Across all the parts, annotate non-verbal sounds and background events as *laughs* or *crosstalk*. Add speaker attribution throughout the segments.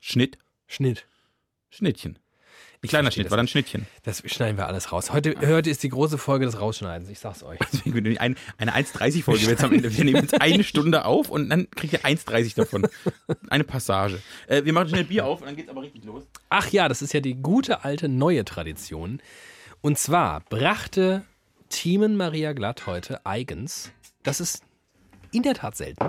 Speaker 1: Schnitt,
Speaker 2: Schnitt.
Speaker 1: Schnittchen. Ein kleiner
Speaker 2: verstehe
Speaker 1: Schnitt
Speaker 2: das
Speaker 1: war dann Schnittchen.
Speaker 2: Das schneiden wir alles raus. Heute, heute ist die große Folge des Rausschneidens. Ich sag's euch.
Speaker 1: *laughs* Deswegen bin ich ein, *laughs* eine 1,30 Folge jetzt am Ende. Wir nehmen jetzt eine Stunde auf und dann kriegt ihr 1,30 davon. *laughs* Eine Passage. Äh, wir machen schnell Bier auf und dann geht's aber richtig los.
Speaker 2: Ach ja, das ist ja die gute alte neue Tradition. Und zwar brachte Thiemen Maria Glatt heute eigens, das ist in der Tat selten,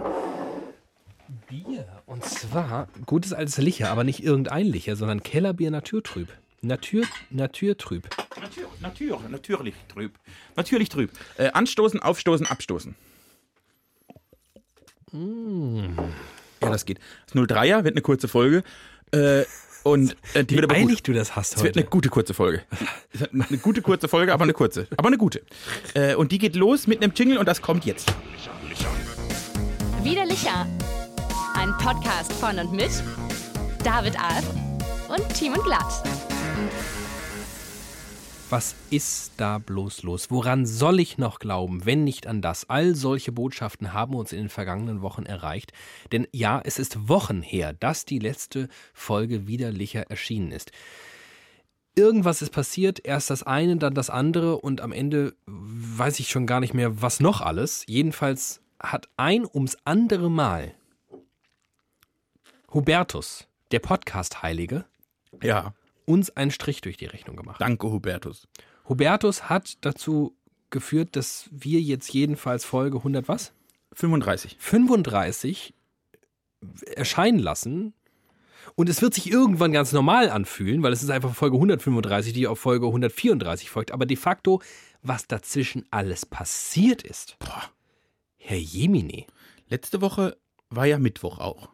Speaker 2: Bier. Und zwar gutes altes Licher, aber nicht irgendein Licher, sondern Kellerbier Naturtrüb. Natur, Naturtrüb.
Speaker 1: Natür, natür, natürlich trüb. Natürlich trüb. Äh, anstoßen, aufstoßen, abstoßen. Mm. Ja, das geht. Das 03er wird eine kurze Folge. Äh, und äh, die wird aber gut.
Speaker 2: Einig du das hast
Speaker 1: Es wird eine
Speaker 2: heute.
Speaker 1: gute kurze Folge. *laughs* Es hat Eine gute kurze Folge, aber eine kurze. Aber eine gute. Äh, und die geht los mit einem Jingle und das kommt jetzt.
Speaker 3: Widerlicher. Ein Podcast von und mit David Alf und Team und Glatt.
Speaker 2: Was ist da bloß los? Woran soll ich noch glauben, wenn nicht an das? All solche Botschaften haben uns in den vergangenen Wochen erreicht. Denn ja, es ist Wochen her, dass die letzte Folge widerlicher erschienen ist. Irgendwas ist passiert, erst das eine, dann das andere und am Ende weiß ich schon gar nicht mehr, was noch alles. Jedenfalls hat ein ums andere Mal Hubertus, der Podcast-Heilige,
Speaker 1: Ja,
Speaker 2: uns einen Strich durch die Rechnung gemacht.
Speaker 1: danke, Hubertus.
Speaker 2: Hubertus hat dazu geführt, dass wir jetzt jedenfalls Folge 100 was?
Speaker 1: 35.
Speaker 2: 35 erscheinen lassen. Und es wird sich irgendwann ganz normal anfühlen, weil es ist einfach Folge 135, die auf Folge 134 folgt. Aber de facto, was dazwischen alles passiert ist.
Speaker 1: Boah.
Speaker 2: Herr Jemine.
Speaker 1: Letzte Woche war ja Mittwoch auch.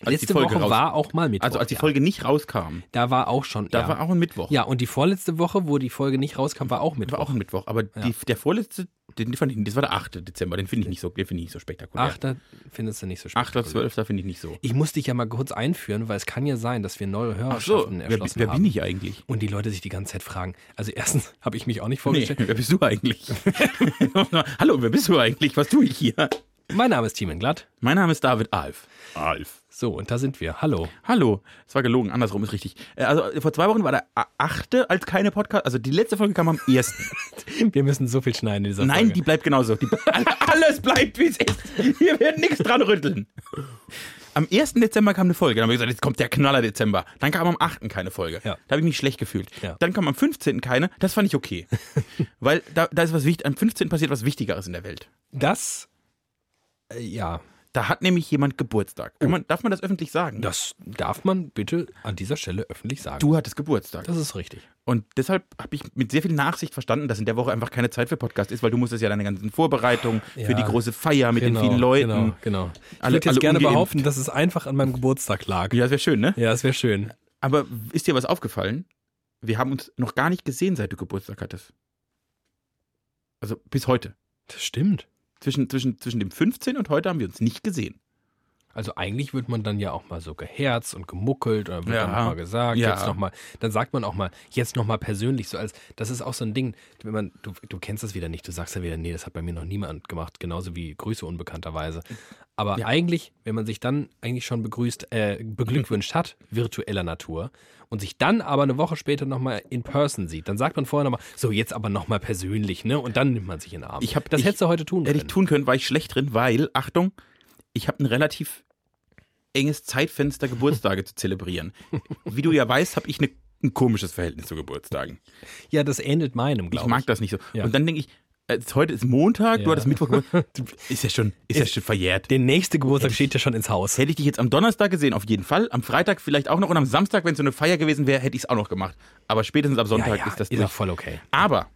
Speaker 1: Als die
Speaker 2: letzte
Speaker 1: Folge
Speaker 2: Woche
Speaker 1: raus-
Speaker 2: war auch mal Mittwoch.
Speaker 1: Also als die
Speaker 2: ja.
Speaker 1: Folge nicht rauskam,
Speaker 2: Da war auch schon.
Speaker 1: da
Speaker 2: ja.
Speaker 1: war auch ein Mittwoch.
Speaker 2: ja, und die vorletzte Woche, wo die Folge nicht rauskam, war auch
Speaker 1: War
Speaker 2: Mittwoch.
Speaker 1: auch ein Mittwoch. Aber die, der vorletzte, den fand ich, das war der 8. Dezember, den finde ich nicht so, den finde ich nicht so spektakulär.
Speaker 2: Ach, da findest du nicht so
Speaker 1: 8.
Speaker 2: spannend.
Speaker 1: 12. finde ich nicht so.
Speaker 2: Ich muss dich ja mal kurz einführen, weil es kann ja sein, dass wir neue
Speaker 1: Ach so,
Speaker 2: Hörerschaften
Speaker 1: wer,
Speaker 2: erschlossen
Speaker 1: wer
Speaker 2: haben.
Speaker 1: bin ich eigentlich?
Speaker 2: Und die Leute sich die ganze Zeit fragen. Also erstens *laughs* habe ich mich auch nicht
Speaker 1: Nee,
Speaker 2: vorgestellt.
Speaker 1: wer bist du eigentlich? ne? *laughs* Hallo, wer bist du eigentlich? Was tue ich hier?
Speaker 2: Mein Name ist Timon Glatt.
Speaker 1: Mein Name ist David Alf. Alf.
Speaker 2: So, und da sind wir. Hallo.
Speaker 1: Hallo. Es war gelogen, andersrum ist richtig. Äh, Also vor zwei Wochen war der a- achte als keine Podcast. Also die letzte Folge kam am
Speaker 2: *laughs*
Speaker 1: ersten.
Speaker 2: Wir müssen so viel schneiden in dieser
Speaker 1: Nein, die
Speaker 2: Folge.
Speaker 1: bleibt genauso. Die, alles bleibt, wie es ist. Hier wird nichts dran rütteln. Am 1. Dezember kam eine Folge. Dann haben wir gesagt, jetzt kommt der Knaller Dezember. Dann kam am 8. keine Folge.
Speaker 2: Ja.
Speaker 1: Da habe ich mich schlecht gefühlt.
Speaker 2: Ja.
Speaker 1: Dann kam am 15. keine. Das fand ich
Speaker 2: *laughs*
Speaker 1: okay. Weil da, da ist was wichtig. Am 15. passiert was Wichtigeres in der Welt.
Speaker 2: Das, äh, ja,
Speaker 1: Da hat nämlich jemand
Speaker 2: Oh.
Speaker 1: Geburtstag. Kann man, darf man das öffentlich sagen?
Speaker 2: das darf man bitte an dieser Stelle öffentlich sagen.
Speaker 1: Du hattest Geburtstag.
Speaker 2: Das ist richtig.
Speaker 1: Und deshalb habe ich mit sehr viel Nachsicht verstanden, dass in der Woche einfach keine Zeit für Podcast ist, weil du musstest ja deine ganzen Vorbereitungen
Speaker 2: Ja.
Speaker 1: für die große Feier mit
Speaker 2: Genau,
Speaker 1: den vielen Leuten.
Speaker 2: Genau, genau. Ich
Speaker 1: Alle-
Speaker 2: würde jetzt
Speaker 1: alle
Speaker 2: gerne
Speaker 1: ungeimpft.
Speaker 2: behaupten, dass es einfach an meinem Geburtstag lag.
Speaker 1: Ja, das wäre schön, ne?
Speaker 2: Ja, das wäre schön.
Speaker 1: Aber ist dir was aufgefallen? Wir haben uns noch gar nicht gesehen, seit du Geburtstag hattest. Also bis heute.
Speaker 2: Das stimmt.
Speaker 1: Zwischen, zwischen, zwischen dem 15 und heute haben wir uns nicht gesehen.
Speaker 2: Also eigentlich wird man dann ja auch mal so geherzt und gemuckelt oder wird
Speaker 1: Ja.
Speaker 2: dann mal gesagt,
Speaker 1: Ja.
Speaker 2: jetzt noch mal, dann sagt man auch mal, jetzt noch mal persönlich, so als, das ist auch so ein Ding, wenn man, du, du kennst das wieder nicht, du sagst ja wieder, nee, das hat bei mir noch niemand gemacht, genauso wie Grüße unbekannterweise. Aber eigentlich, wenn man sich dann eigentlich schon begrüßt, äh, beglückwünscht hat, virtueller Natur, und sich dann aber eine Woche später nochmal in person sieht, dann sagt man vorher nochmal, so jetzt aber nochmal persönlich, ne, und dann nimmt man sich in den Arm.
Speaker 1: Ich hab-
Speaker 2: das
Speaker 1: ich-
Speaker 2: hättest du heute tun
Speaker 1: Hätte
Speaker 2: können.
Speaker 1: ich tun können, war ich schlecht drin, weil, Achtung, ich habe ein relativ enges Zeitfenster, Geburtstage zu
Speaker 2: *laughs*
Speaker 1: zelebrieren. Wie du ja weißt, habe ich ne, ein komisches Verhältnis zu Geburtstagen.
Speaker 2: ja, das ähnelt meinem,
Speaker 1: Ich
Speaker 2: glaube
Speaker 1: mag das nicht so.
Speaker 2: Ja.
Speaker 1: Und dann denke ich, äh, heute ist Montag,
Speaker 2: Ja.
Speaker 1: du hattest Mittwoch.
Speaker 2: *laughs*
Speaker 1: Geburtstag. Ist ja schon, ist ja
Speaker 2: Ist-
Speaker 1: schon verjährt.
Speaker 2: Der nächste Geburtstag steht ja schon ins Haus.
Speaker 1: Hätte ich dich jetzt am Donnerstag gesehen, auf jeden Fall. Am Freitag vielleicht auch noch. Und am Samstag, wenn es so eine Feier gewesen wäre, hätte ich es auch noch gemacht. Aber spätestens am Sonntag ist das
Speaker 2: ist
Speaker 1: durch.
Speaker 2: auch voll okay.
Speaker 1: Aber,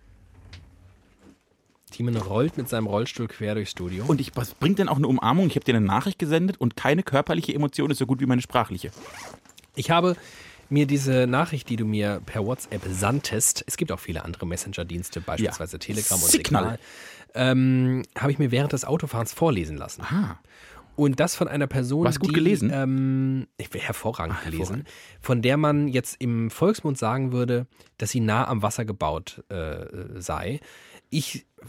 Speaker 2: Timon rollt mit seinem Rollstuhl quer durchs Studio.
Speaker 1: und ich, was bringt denn auch eine Umarmung? Ich habe dir eine Nachricht gesendet und keine körperliche Emotion ist so gut wie meine
Speaker 2: *laughs*
Speaker 1: sprachliche.
Speaker 2: ich habe mir diese Nachricht, die du mir per WhatsApp sandtest, es gibt auch viele andere Messenger-Dienste, beispielsweise Telegram und
Speaker 1: Signal.
Speaker 2: Signal, ähm, habe ich mir während des Autofahrens vorlesen lassen.
Speaker 1: Ah,
Speaker 2: Und das von einer Person,
Speaker 1: War's gut
Speaker 2: die,
Speaker 1: gelesen?
Speaker 2: Ähm, ich will hervorragend
Speaker 1: Mhm. Ah,
Speaker 2: gelesen,
Speaker 1: hervorragend.
Speaker 2: von der man jetzt im Volksmund sagen würde, dass sie nah am Wasser gebaut äh, sei. Ich
Speaker 1: *laughs*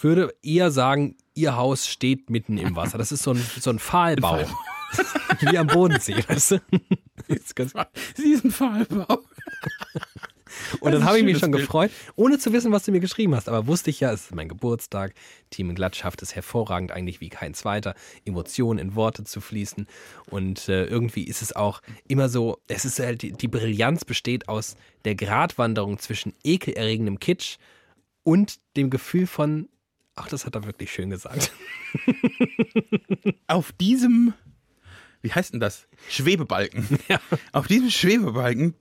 Speaker 2: würde eher sagen, ihr Haus steht mitten im Wasser. Das ist so ein, so ein Pfahlbau. *laughs* Wie am Bodensee, weißt du?
Speaker 1: Ist ganz Sie ist ein *laughs* Pfahlbau.
Speaker 2: Und dann
Speaker 1: ist
Speaker 2: habe ich
Speaker 1: ein
Speaker 2: mich
Speaker 1: schönes
Speaker 2: schon
Speaker 1: Bild.
Speaker 2: gefreut, ohne zu wissen, was du mir geschrieben hast. Aber wusste ich ja, es ist mein Geburtstag. Team in Glatt schafft es hervorragend, eigentlich wie kein zweiter, Emotionen in Worte zu fließen. Und äh, irgendwie ist es auch immer so, es ist halt, die, die Brillanz besteht aus der Gratwanderung zwischen ekelerregendem Kitsch und dem Gefühl von, ach, das hat er wirklich
Speaker 1: *laughs*
Speaker 2: schön gesagt.
Speaker 1: Auf diesem, wie heißt denn das? Schwebebalken.
Speaker 2: Ja.
Speaker 1: Auf diesem Schwebebalken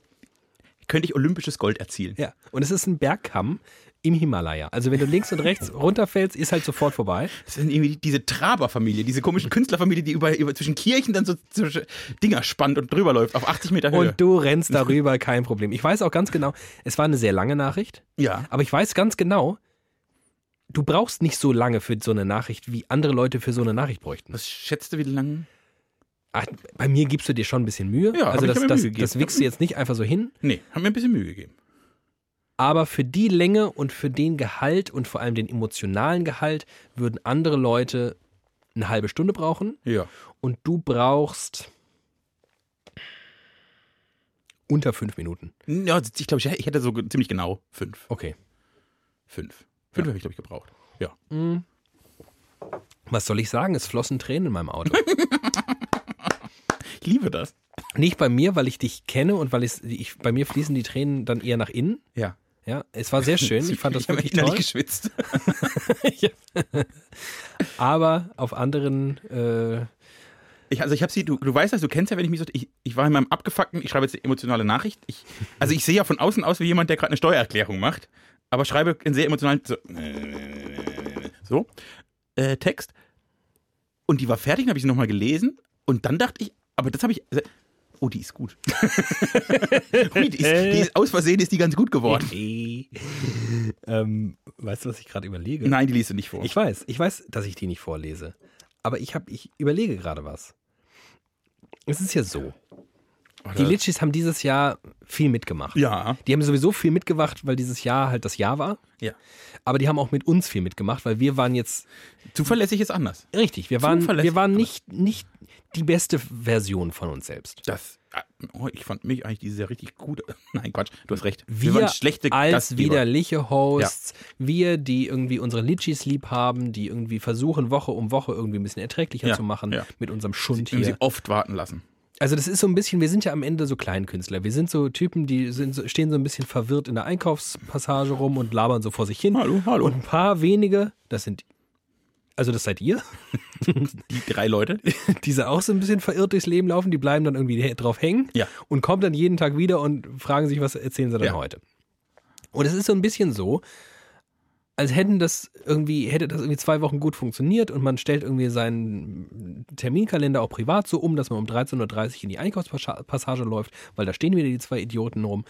Speaker 1: könnte ich olympisches Gold erzielen.
Speaker 2: Ja, und es ist ein Bergkamm im Himalaya. Also wenn du links
Speaker 1: *laughs*
Speaker 2: und rechts runterfällst, ist halt sofort vorbei.
Speaker 1: Das sind irgendwie diese Traberfamilie, diese komischen Künstlerfamilie, die über, über zwischen Kirchen dann so zwischen Dinger spannt und drüber läuft auf 80 Meter Höhe.
Speaker 2: Und
Speaker 1: *laughs*
Speaker 2: du rennst darüber, kein Problem. Ich weiß auch ganz genau, es war eine sehr lange Nachricht,
Speaker 1: ja.
Speaker 2: aber ich weiß ganz genau, du brauchst nicht so lange für so eine Nachricht, wie andere Leute für so eine Nachricht bräuchten.
Speaker 1: Was schätzt du, wie lange?
Speaker 2: Ach, bei mir gibst du dir schon ein bisschen Mühe.
Speaker 1: Ja, hab
Speaker 2: also
Speaker 1: ich
Speaker 2: das,
Speaker 1: mir
Speaker 2: das,
Speaker 1: Mühe gegeben.
Speaker 2: das wickst du jetzt nicht einfach so hin.
Speaker 1: Nee, haben mir ein bisschen Mühe gegeben.
Speaker 2: Aber für die Länge und für den Gehalt und vor allem den emotionalen Gehalt würden andere Leute eine halbe Stunde brauchen
Speaker 1: Ja.
Speaker 2: und du brauchst unter fünf Minuten.
Speaker 1: ja ich glaube, ich hätte so ge- ziemlich genau fünf.
Speaker 2: Okay.
Speaker 1: Fünf. Fünf habe ich, glaube ich, gebraucht. Ja.
Speaker 2: Was soll ich sagen? Es flossen Tränen in meinem Auto. *laughs*
Speaker 1: Ich liebe das.
Speaker 2: Nicht bei mir, weil ich dich kenne und weil ich, ich bei mir fließen die Tränen dann eher nach innen.
Speaker 1: Ja.
Speaker 2: Ja, es war sehr schön. Ich *laughs* fand das
Speaker 1: hab
Speaker 2: wirklich
Speaker 1: innerlich
Speaker 2: toll.
Speaker 1: geschwitzt.
Speaker 2: Aber auf anderen, äh,
Speaker 1: Ich, also ich habe sie, du, du weißt das, du kennst ja, wenn ich mich so, ich, ich war in meinem abgefuckten, ich schreibe jetzt eine emotionale Nachricht. Ich, also ich sehe ja von außen aus wie jemand, der gerade eine Steuererklärung macht, aber schreibe in sehr emotionalen, so, so äh, Text. Und die war fertig, dann habe ich sie nochmal gelesen und dann dachte ich, aber das habe ich, oh, die ist
Speaker 2: *laughs*
Speaker 1: gut. Ui, die, ist, die ist, aus Versehen ist die ganz gut geworden.
Speaker 2: *laughs* ähm, weißt du, was ich gerade überlege?
Speaker 1: Nein, die liest du nicht vor.
Speaker 2: Ich weiß, ich weiß, dass ich die nicht vorlese. Aber ich habe, ich überlege gerade was. Es ist ja so. Die Litschis haben dieses Jahr viel mitgemacht.
Speaker 1: ja.
Speaker 2: Die haben sowieso viel mitgemacht, weil dieses Jahr halt das Jahr war.
Speaker 1: ja.
Speaker 2: Aber die haben auch mit uns viel mitgemacht, weil wir waren jetzt
Speaker 1: Zuverlässig ist anders.
Speaker 2: Richtig, wir waren,
Speaker 1: Zuverlässig,
Speaker 2: wir waren
Speaker 1: aber-
Speaker 2: nicht, nicht die beste Version von uns selbst.
Speaker 1: Das. Oh, ich fand mich eigentlich dieses Jahr richtig gut. *laughs* Nein, Quatsch, du hast recht.
Speaker 2: Wir,
Speaker 1: waren schlechte
Speaker 2: als
Speaker 1: Gastgeber.
Speaker 2: widerliche Hosts, wir, die irgendwie unsere Litschis lieb haben, die irgendwie versuchen, Woche um Woche irgendwie ein bisschen erträglicher
Speaker 1: Ja,
Speaker 2: zu machen
Speaker 1: ja.
Speaker 2: mit unserem Schund
Speaker 1: Wir haben sie
Speaker 2: hier.
Speaker 1: oft warten lassen.
Speaker 2: Also das ist so ein bisschen, wir sind ja am Ende so Kleinkünstler. Wir sind so Typen, die sind, so- stehen so ein bisschen verwirrt in der Einkaufspassage rum und labern so vor sich hin.
Speaker 1: Hallo, hallo.
Speaker 2: Und ein paar wenige, das sind, also das seid ihr,
Speaker 1: Die drei Leute.
Speaker 2: diese auch so ein bisschen verirrt durchs Leben laufen, die bleiben dann irgendwie he- drauf hängen
Speaker 1: Ja.
Speaker 2: und kommen dann jeden Tag wieder und fragen sich, was erzählen sie denn
Speaker 1: Ja.
Speaker 2: heute. Und es ist so ein bisschen so, als hätten das irgendwie, hätte das irgendwie zwei Wochen gut funktioniert und man stellt irgendwie seinen Terminkalender auch privat so um, dass man um 13.30 Uhr in die Einkaufspassage läuft, weil da stehen wieder die zwei Idioten rum.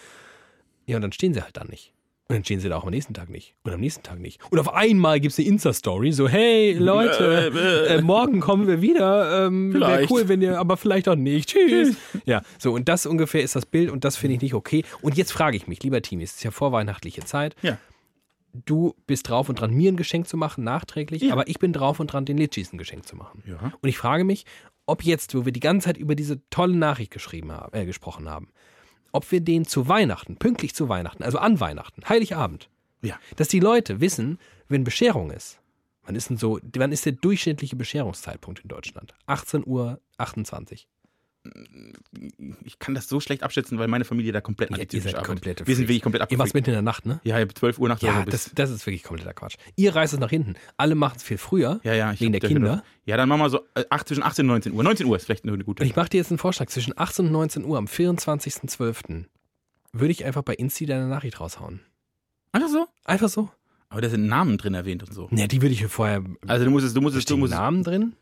Speaker 2: Ja, und dann stehen sie halt da nicht. Und dann stehen sie da auch am nächsten Tag nicht. Und am nächsten Tag nicht. Und auf einmal gibt es eine Insta-Story, so, hey Leute, äh, morgen kommen wir wieder. Ähm, Wäre
Speaker 1: Vielleicht.
Speaker 2: cool, wenn ihr, aber vielleicht auch nicht. Tschüss. *laughs* ja, so, und das ungefähr ist das Bild und das finde ich nicht okay. Und jetzt frage ich mich, lieber Team, es ist ja vorweihnachtliche Zeit.
Speaker 1: Ja.
Speaker 2: Du bist drauf und dran, mir ein Geschenk zu machen, nachträglich,
Speaker 1: Ja.
Speaker 2: aber ich bin drauf und dran, den Litschis ein Geschenk zu machen.
Speaker 1: Ja.
Speaker 2: Und ich frage mich, ob jetzt, wo wir die ganze Zeit über diese tolle Nachricht geschrieben haben, äh, gesprochen haben, ob wir den zu Weihnachten, pünktlich zu Weihnachten, also an Weihnachten, Heiligabend,
Speaker 1: Ja.
Speaker 2: dass die Leute wissen, wenn Bescherung ist. Wann ist denn so, wann ist der durchschnittliche bescherungszeitpunkt in Deutschland? 18 Uhr 28.
Speaker 1: Ich kann das so schlecht abschätzen, weil meine Familie da komplett
Speaker 2: Ihr- ihr
Speaker 1: antizyklisch
Speaker 2: seid
Speaker 1: arbeitet.
Speaker 2: komplette
Speaker 1: Wir sind
Speaker 2: Freaks.
Speaker 1: wirklich komplett
Speaker 2: Ihr macht's
Speaker 1: abgefuckt.
Speaker 2: mitten in der Nacht, ne?
Speaker 1: Ja, ja, 12 Uhr nachts oder
Speaker 2: Ja,
Speaker 1: so
Speaker 2: das,
Speaker 1: bis-
Speaker 2: das ist wirklich kompletter Quatsch. Ihr reißt es nach hinten. Alle machen es viel früher,
Speaker 1: ja, ja, genau. ich
Speaker 2: wegen
Speaker 1: hab
Speaker 2: der
Speaker 1: da wieder-
Speaker 2: Kinder.
Speaker 1: Ja, dann machen wir so äh, acht, zwischen 18 und 19 Uhr. 19 Uhr ist vielleicht nur eine gute.
Speaker 2: Und ich mache dir jetzt einen Vorschlag. Zwischen 18 und 19 Uhr am 24.12. würde ich einfach bei Insti deine Nachricht raushauen.
Speaker 1: Einfach so?
Speaker 2: Einfach so?
Speaker 1: Aber da sind Namen drin erwähnt und so.
Speaker 2: Ne, die würde ich hier vorher.
Speaker 1: Also du musst es, du musst es, du
Speaker 2: Stehen
Speaker 1: musst es.
Speaker 2: Namen drin?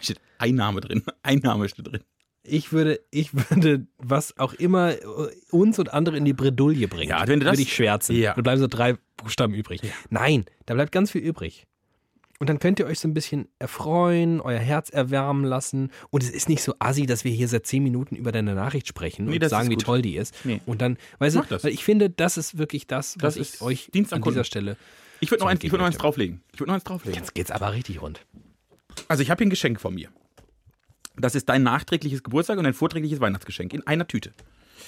Speaker 1: Steht Einnahme drin. *laughs* Einnahme steht drin.
Speaker 2: Ich würde, ich würde, was auch immer äh, uns und andere in die Bredouille bringen.
Speaker 1: Ja, wenn du das-
Speaker 2: Würde ich schwärzen.
Speaker 1: Ja.
Speaker 2: Da bleiben so drei Buchstaben übrig. Nein, da bleibt ganz viel übrig. Und dann könnt ihr euch so ein bisschen erfreuen, euer Herz erwärmen lassen. Und es ist nicht so assi, dass wir hier seit zehn Minuten über deine Nachricht sprechen
Speaker 1: Nee,
Speaker 2: und
Speaker 1: das
Speaker 2: sagen,
Speaker 1: ist
Speaker 2: wie
Speaker 1: gut.
Speaker 2: toll die ist.
Speaker 1: Nee.
Speaker 2: Und dann, weißt du,
Speaker 1: Mach das.
Speaker 2: weil ich finde, das ist wirklich das, was
Speaker 1: Das
Speaker 2: ich
Speaker 1: ist
Speaker 2: euch
Speaker 1: Dienst am
Speaker 2: an dieser
Speaker 1: Kunden.
Speaker 2: Stelle.
Speaker 1: Ich würde noch,
Speaker 2: Zum
Speaker 1: eins- ich würd noch eins
Speaker 2: Gegenüber.
Speaker 1: drauflegen. Ich würde noch eins drauflegen.
Speaker 2: Jetzt geht's aber richtig rund.
Speaker 1: Also ich habe hier ein Geschenk von mir. Das ist dein nachträgliches Geburtstag und dein vorträgliches Weihnachtsgeschenk in einer Tüte.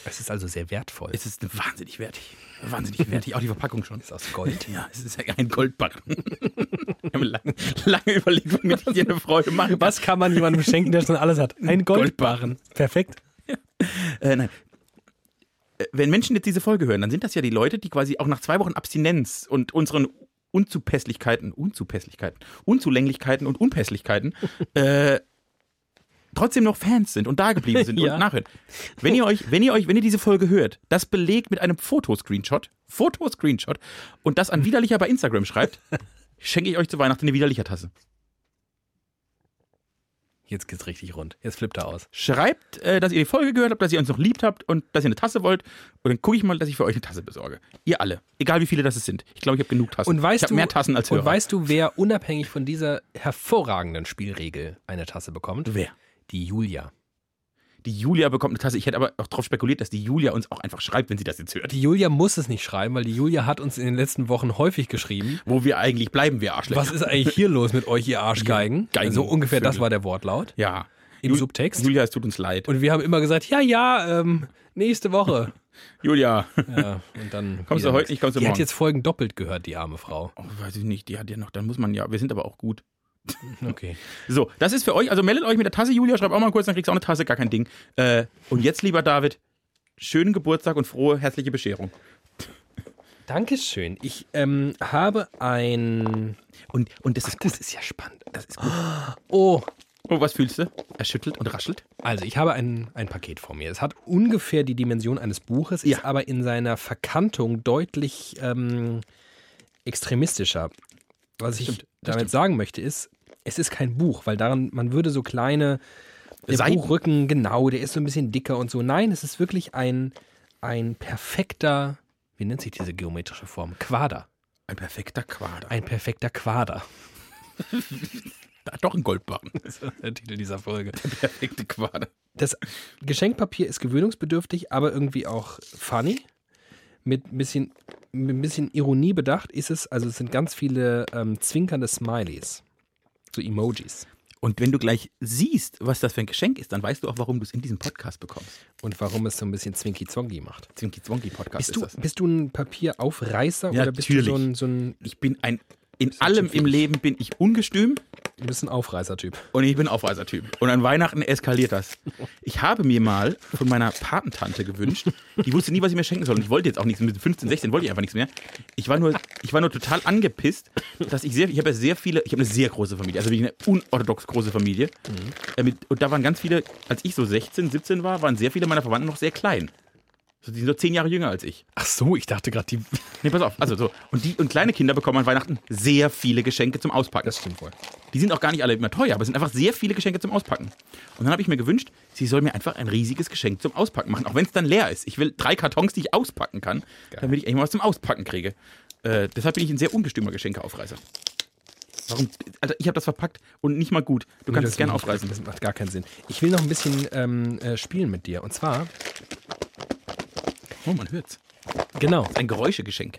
Speaker 2: Es ist also sehr wertvoll.
Speaker 1: Es ist wahnsinnig wertig. Wahnsinnig wertig. Auch die Verpackung schon.
Speaker 2: Ist aus Gold. *laughs*
Speaker 1: Ja, es ist ja ein Goldbarren. *laughs* Wir haben lange, lange überlegt, womit ich dir eine Freude mache.
Speaker 2: Was kann man jemandem schenken, der schon alles hat? Ein Goldbarren. Perfekt.
Speaker 1: Äh, nein. Äh, Wenn Menschen jetzt diese Folge hören, dann sind das ja die Leute, die quasi auch nach zwei Wochen Abstinenz und unseren Unzupässlichkeiten, Unzupässlichkeiten, Unzulänglichkeiten und Unpässlichkeiten äh, trotzdem noch Fans sind und da geblieben sind
Speaker 2: Ja.
Speaker 1: und nachhören. Wenn ihr euch, wenn ihr euch, wenn ihr diese Folge hört, das belegt mit einem Fotoscreenshot, Fotoscreenshot und das an widerlicher bei Instagram schreibt, schenke ich euch zu Weihnachten eine widerlicher Tasse.
Speaker 2: Jetzt geht's richtig rund. Jetzt flippt er aus.
Speaker 1: Schreibt, äh, dass ihr die Folge gehört habt, dass ihr uns noch liebt habt und dass ihr eine Tasse wollt. Und dann gucke ich mal, dass ich für euch eine Tasse besorge. Ihr alle. Egal wie viele das es sind. Ich glaube, ich habe genug Tassen.
Speaker 2: Und weißt
Speaker 1: ich habe
Speaker 2: du,
Speaker 1: mehr Tassen als Hörer.
Speaker 2: Und weißt du, wer unabhängig von dieser hervorragenden Spielregel eine Tasse bekommt?
Speaker 1: wer?
Speaker 2: Die Julia.
Speaker 1: Die Julia bekommt eine Tasse. Ich hätte aber auch darauf spekuliert, dass die Julia uns auch einfach schreibt, wenn sie das jetzt hört.
Speaker 2: Die Julia muss es nicht schreiben, weil die Julia hat uns in den letzten Wochen häufig geschrieben.
Speaker 1: Wo wir eigentlich bleiben, wir Arschlöcher.
Speaker 2: Was ist eigentlich hier los mit euch, ihr Arschgeigen?
Speaker 1: Geigen-
Speaker 2: so ungefähr das
Speaker 1: Vögel.
Speaker 2: war der Wortlaut
Speaker 1: Ja.
Speaker 2: im
Speaker 1: Ju-
Speaker 2: Subtext.
Speaker 1: Julia, es tut uns leid.
Speaker 2: Und wir haben immer gesagt, ja, ja, ähm, nächste Woche. *laughs*
Speaker 1: Julia, *laughs*
Speaker 2: Ja, und dann
Speaker 1: Kommst du
Speaker 2: wieder
Speaker 1: heute
Speaker 2: nichts.
Speaker 1: nicht, kommst du
Speaker 2: Die hat
Speaker 1: morgen.
Speaker 2: jetzt Folgen doppelt gehört, die arme Frau.
Speaker 1: oh, weiß ich nicht, die hat ja noch, dann muss man ja, wir sind aber auch gut.
Speaker 2: Okay.
Speaker 1: So, das ist für euch, also meldet euch mit der Tasse, Julia, schreibt auch mal kurz, dann kriegst du auch eine Tasse, gar kein Ding. Äh, und jetzt, lieber David, schönen Geburtstag und frohe, herzliche Bescherung.
Speaker 2: *laughs* Dankeschön. Ich ähm, habe ein.
Speaker 1: Und, und das ist gut.
Speaker 2: Das ist ja spannend. Das ist gut. Oh,
Speaker 1: Oh, was fühlst du? Er schüttelt und raschelt.
Speaker 2: Also, ich habe ein, ein Paket vor mir. Es hat ungefähr die Dimension eines Buches, ist
Speaker 1: Ja.
Speaker 2: aber in seiner Verkantung deutlich ähm, extremistischer. Was ich
Speaker 1: stimmt, das
Speaker 2: damit
Speaker 1: stimmt.
Speaker 2: sagen möchte, ist, es ist kein Buch, weil daran, man würde so kleine der
Speaker 1: Seiten.
Speaker 2: Buchrücken, genau, der ist so ein bisschen dicker und so. Nein, es ist wirklich ein, ein perfekter, wie nennt sich diese geometrische Form? Quader.
Speaker 1: Ein perfekter Quader.
Speaker 2: Ein perfekter Quader. *laughs*
Speaker 1: Doch ein Goldbarren.
Speaker 2: Das ist der Titel dieser
Speaker 1: *laughs*
Speaker 2: Folge.
Speaker 1: Perfekte Quader.
Speaker 2: Das Geschenkpapier ist gewöhnungsbedürftig, aber irgendwie auch funny. Mit ein bisschen, mit ein bisschen Ironie bedacht ist es, also es sind ganz viele ähm, zwinkernde Smileys. So Emojis.
Speaker 1: Und wenn du gleich siehst, was das für ein Geschenk ist, dann weißt du auch, warum du es in diesem Podcast bekommst.
Speaker 2: Und warum es so ein bisschen zwinki-zonki macht.
Speaker 1: Zwinki-Zwonki-Podcast
Speaker 2: Bist du,
Speaker 1: ist das.
Speaker 2: bist du ein Papieraufreißer
Speaker 1: Ja,
Speaker 2: oder bist
Speaker 1: natürlich.
Speaker 2: du so ein, so ein,
Speaker 1: Ich bin ein, in allem im Leben bin ich ungestüm
Speaker 2: du bist ein Aufreißer-Typ?
Speaker 1: und ich bin Aufreißertyp. Und an Weihnachten eskaliert das. Ich habe mir mal von meiner Patentante gewünscht, die wusste nie, was sie mir schenken soll. Und ich wollte jetzt auch nichts, mit 15, 16 wollte ich einfach nichts mehr. Ich war nur, ich war nur total angepisst, dass ich sehr, ich habe ja sehr viele, ich habe eine sehr große Familie, also wirklich eine unorthodox große Familie. Äh, mit- Und da waren ganz viele, als ich so 16, 17 war, waren sehr viele meiner Verwandten noch sehr klein. So, die sind so zehn Jahre jünger als ich.
Speaker 2: Ach so, ich dachte gerade, die.
Speaker 1: Nee, pass auf. Also so. Und die und kleine Kinder bekommen an Weihnachten sehr viele Geschenke zum Auspacken.
Speaker 2: Das stimmt wohl.
Speaker 1: Die sind auch gar nicht alle immer teuer, aber es sind einfach sehr viele Geschenke zum Auspacken. Und dann habe ich mir gewünscht, sie soll mir einfach ein riesiges Geschenk zum Auspacken machen, auch wenn es dann leer ist. Ich will drei Kartons, die ich auspacken kann, damit ich irgendwas zum Auspacken kriege. Äh, deshalb bin ich ein sehr ungestümer Geschenkeaufreißer. Warum? Alter, ich habe das verpackt und nicht mal gut. Du kannst es gerne aufreißen.
Speaker 2: Das macht gar keinen Sinn. Ich will noch ein bisschen ähm, äh, spielen mit dir. Und zwar,
Speaker 1: Oh, man hört's.
Speaker 2: genau,
Speaker 1: Ein Geräuschegeschenk.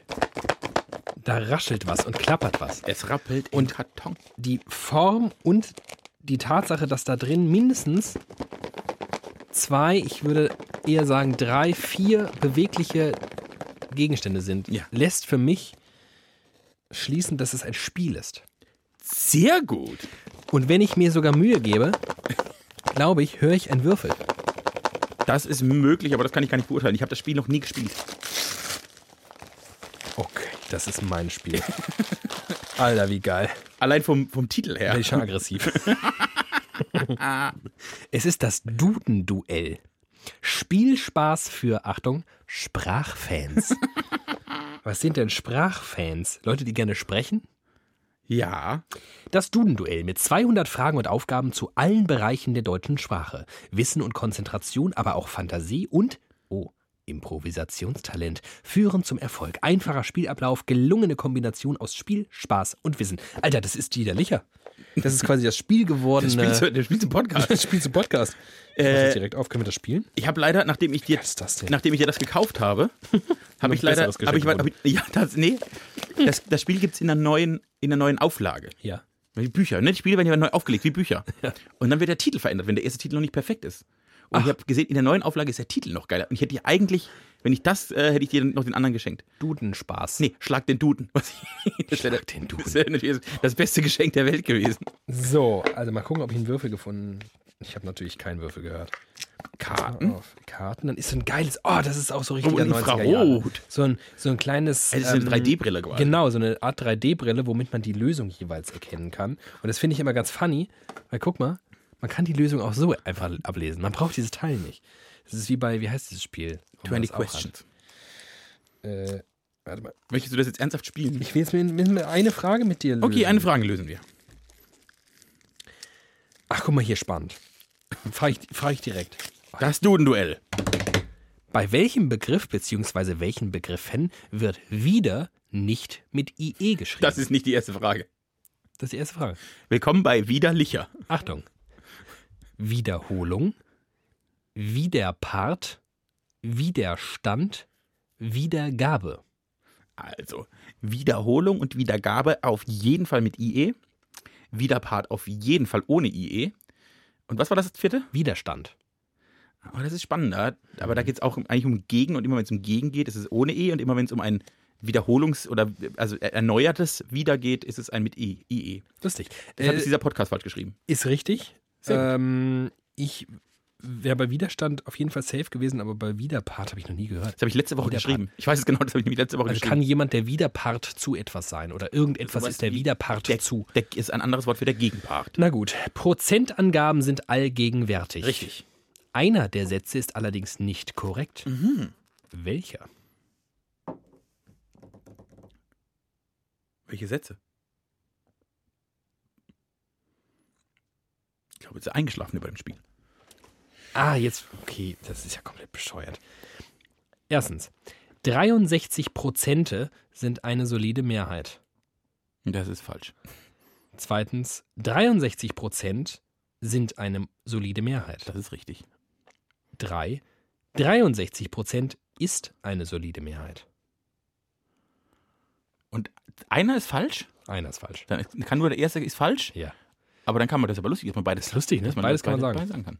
Speaker 2: da raschelt was und klappert was.
Speaker 1: Es rappelt im Karton.
Speaker 2: die Form und die Tatsache, dass da drin mindestens zwei, ich würde eher sagen drei, vier bewegliche Gegenstände sind,
Speaker 1: Ja.
Speaker 2: lässt für mich schließen, dass es ein Spiel ist.
Speaker 1: Sehr gut.
Speaker 2: Und wenn ich mir sogar Mühe gebe, glaube ich, höre ich einen Würfel.
Speaker 1: Das ist möglich, aber das kann ich gar nicht beurteilen. Ich habe das Spiel noch nie gespielt.
Speaker 2: Okay, das ist mein Spiel. *laughs* Alter, wie geil.
Speaker 1: Allein vom, vom Titel her.
Speaker 2: Bin ich schon aggressiv. *laughs* es ist das Duden-Duell. Spielspaß für, Achtung, *laughs* Sprachfans. Was sind denn Sprachfans? Leute, die gerne sprechen?
Speaker 1: Ja.
Speaker 2: Das Duden-Duell mit 200 Fragen und Aufgaben zu allen Bereichen der deutschen Sprache. Wissen und Konzentration, aber auch Fantasie und, oh, Improvisationstalent führen zum Erfolg. Einfacher Spielablauf, gelungene Kombination aus Spiel, Spaß und Wissen. Alter, das ist widerlicher. Das ist quasi das Spiel gewordene.
Speaker 1: Das Spiel zu, das Spiel zum *laughs* Podcast.
Speaker 2: *laughs* Das Spiel zum Podcast. Ich mach das direkt auf. Können wir das spielen?
Speaker 1: Ich habe leider, nachdem ich dir
Speaker 2: Was ist das denn?
Speaker 1: nachdem ich dir das gekauft
Speaker 2: *laughs*
Speaker 1: habe, habe ich leider.
Speaker 2: besseres Geschenk
Speaker 1: Hab ich, hab ich, ja, das, nee. Das, das Spiel gibt es in, einer neuen- in einer neuen Auflage.
Speaker 2: Ja.
Speaker 1: Wie Bücher, ne? Die Spiele werden ja neu aufgelegt, wie Bücher. Und dann wird der Titel verändert, wenn der erste Titel noch nicht perfekt ist. Und ich habe gesehen, in der neuen Auflage ist der Titel noch geiler. Und ich hätte dir eigentlich, wenn ich das, äh, hätte ich dir noch den anderen geschenkt.
Speaker 2: Dudenspaß.
Speaker 1: Nee, schlag den Duden. *laughs* Was das
Speaker 2: Schlag
Speaker 1: wäre-
Speaker 2: den Duden.
Speaker 1: Das wäre natürlich das beste Geschenk der Welt gewesen.
Speaker 2: So, also mal gucken, ob ich einen Würfel gefunden Ich habe natürlich keinen Würfel gehört. Karten? Auf Karten. Dann ist so ein geiles. Oh, das ist auch so richtig
Speaker 1: Oh,
Speaker 2: der 90er Jahre.
Speaker 1: Infrarot.
Speaker 2: So ein, so ein kleines. ähm,
Speaker 1: Das ist eine 3D-Brille geworden.
Speaker 2: Genau, so eine Art 3D-Brille, womit man die Lösung jeweils erkennen kann. Und das finde ich immer ganz funny, weil guck mal, man kann die Lösung auch so einfach ablesen. Man braucht dieses Teil nicht. Das ist wie bei, wie heißt dieses Spiel? wo man
Speaker 1: 20
Speaker 2: das auch hat?
Speaker 1: Questions.
Speaker 2: Äh, warte mal.
Speaker 1: Möchtest du das jetzt ernsthaft spielen?
Speaker 2: Ich will jetzt mir, mir eine Frage mit dir lösen.
Speaker 1: Okay, eine Frage lösen wir.
Speaker 2: Ach, guck mal, hier spannend. Frage ich, frag ich direkt.
Speaker 1: Das Duden-Duell.
Speaker 2: Bei welchem Begriff bzw. welchen Begriffen wird wieder nicht mit IE geschrieben?
Speaker 1: Das ist nicht die erste Frage.
Speaker 2: Das ist die erste Frage.
Speaker 1: Willkommen bei Widerlicher.
Speaker 2: Achtung. Wiederholung, Widerpart, Widerstand, Wiedergabe.
Speaker 1: Also, Wiederholung und Wiedergabe auf jeden Fall mit IE. Wiederpart auf jeden Fall ohne IE. Und was war das vierte?
Speaker 2: Widerstand.
Speaker 1: Oh, das ist spannender. Aber da geht es auch um- eigentlich um Gegen und immer wenn es um Gegen geht, ist es ohne E und immer wenn es um ein Wiederholungs- oder also er- erneuertes Wieder geht, ist es ein mit I, IE.
Speaker 2: Lustig.
Speaker 1: Das hat jetzt
Speaker 2: Äh,
Speaker 1: dieser Podcast falsch geschrieben.
Speaker 2: ist richtig.
Speaker 1: Sehr gut.
Speaker 2: Ähm, ich wäre bei Widerstand auf jeden Fall safe gewesen, aber bei Widerpart habe ich noch nie gehört.
Speaker 1: Das habe ich letzte Woche
Speaker 2: Widerpart.
Speaker 1: geschrieben. Ich weiß es genau, das habe ich nämlich letzte Woche
Speaker 2: Also kann
Speaker 1: geschrieben.
Speaker 2: jemand der Widerpart zu etwas sein oder irgendetwas
Speaker 1: Sowas
Speaker 2: ist der
Speaker 1: wie
Speaker 2: Widerpart
Speaker 1: der,
Speaker 2: zu.
Speaker 1: der ist ein anderes Wort für der Gegenpart.
Speaker 2: Na gut, Prozentangaben sind allgegenwärtig.
Speaker 1: Richtig.
Speaker 2: Einer der Sätze ist allerdings nicht korrekt.
Speaker 1: Mhm.
Speaker 2: Welcher?
Speaker 1: Welche Sätze? Ich glaube, jetzt ist er eingeschlafen über dem Spiel.
Speaker 2: Ah, jetzt, okay, das ist ja komplett bescheuert. Erstens, 63 Prozente sind eine solide Mehrheit.
Speaker 1: Das ist falsch.
Speaker 2: Zweitens, 63 Prozent sind eine solide Mehrheit.
Speaker 1: Das ist richtig.
Speaker 2: Drei, 63 Prozent ist eine solide Mehrheit.
Speaker 1: Und einer ist falsch,
Speaker 2: Einer ist falsch.
Speaker 1: dann ist- kann nur der erste ist falsch,
Speaker 2: Ja.
Speaker 1: aber dann kann man das aber lustig, dass man beides
Speaker 2: lustig, ne?
Speaker 1: dass
Speaker 2: Beides kann man sagen.
Speaker 1: Beides sagen kann.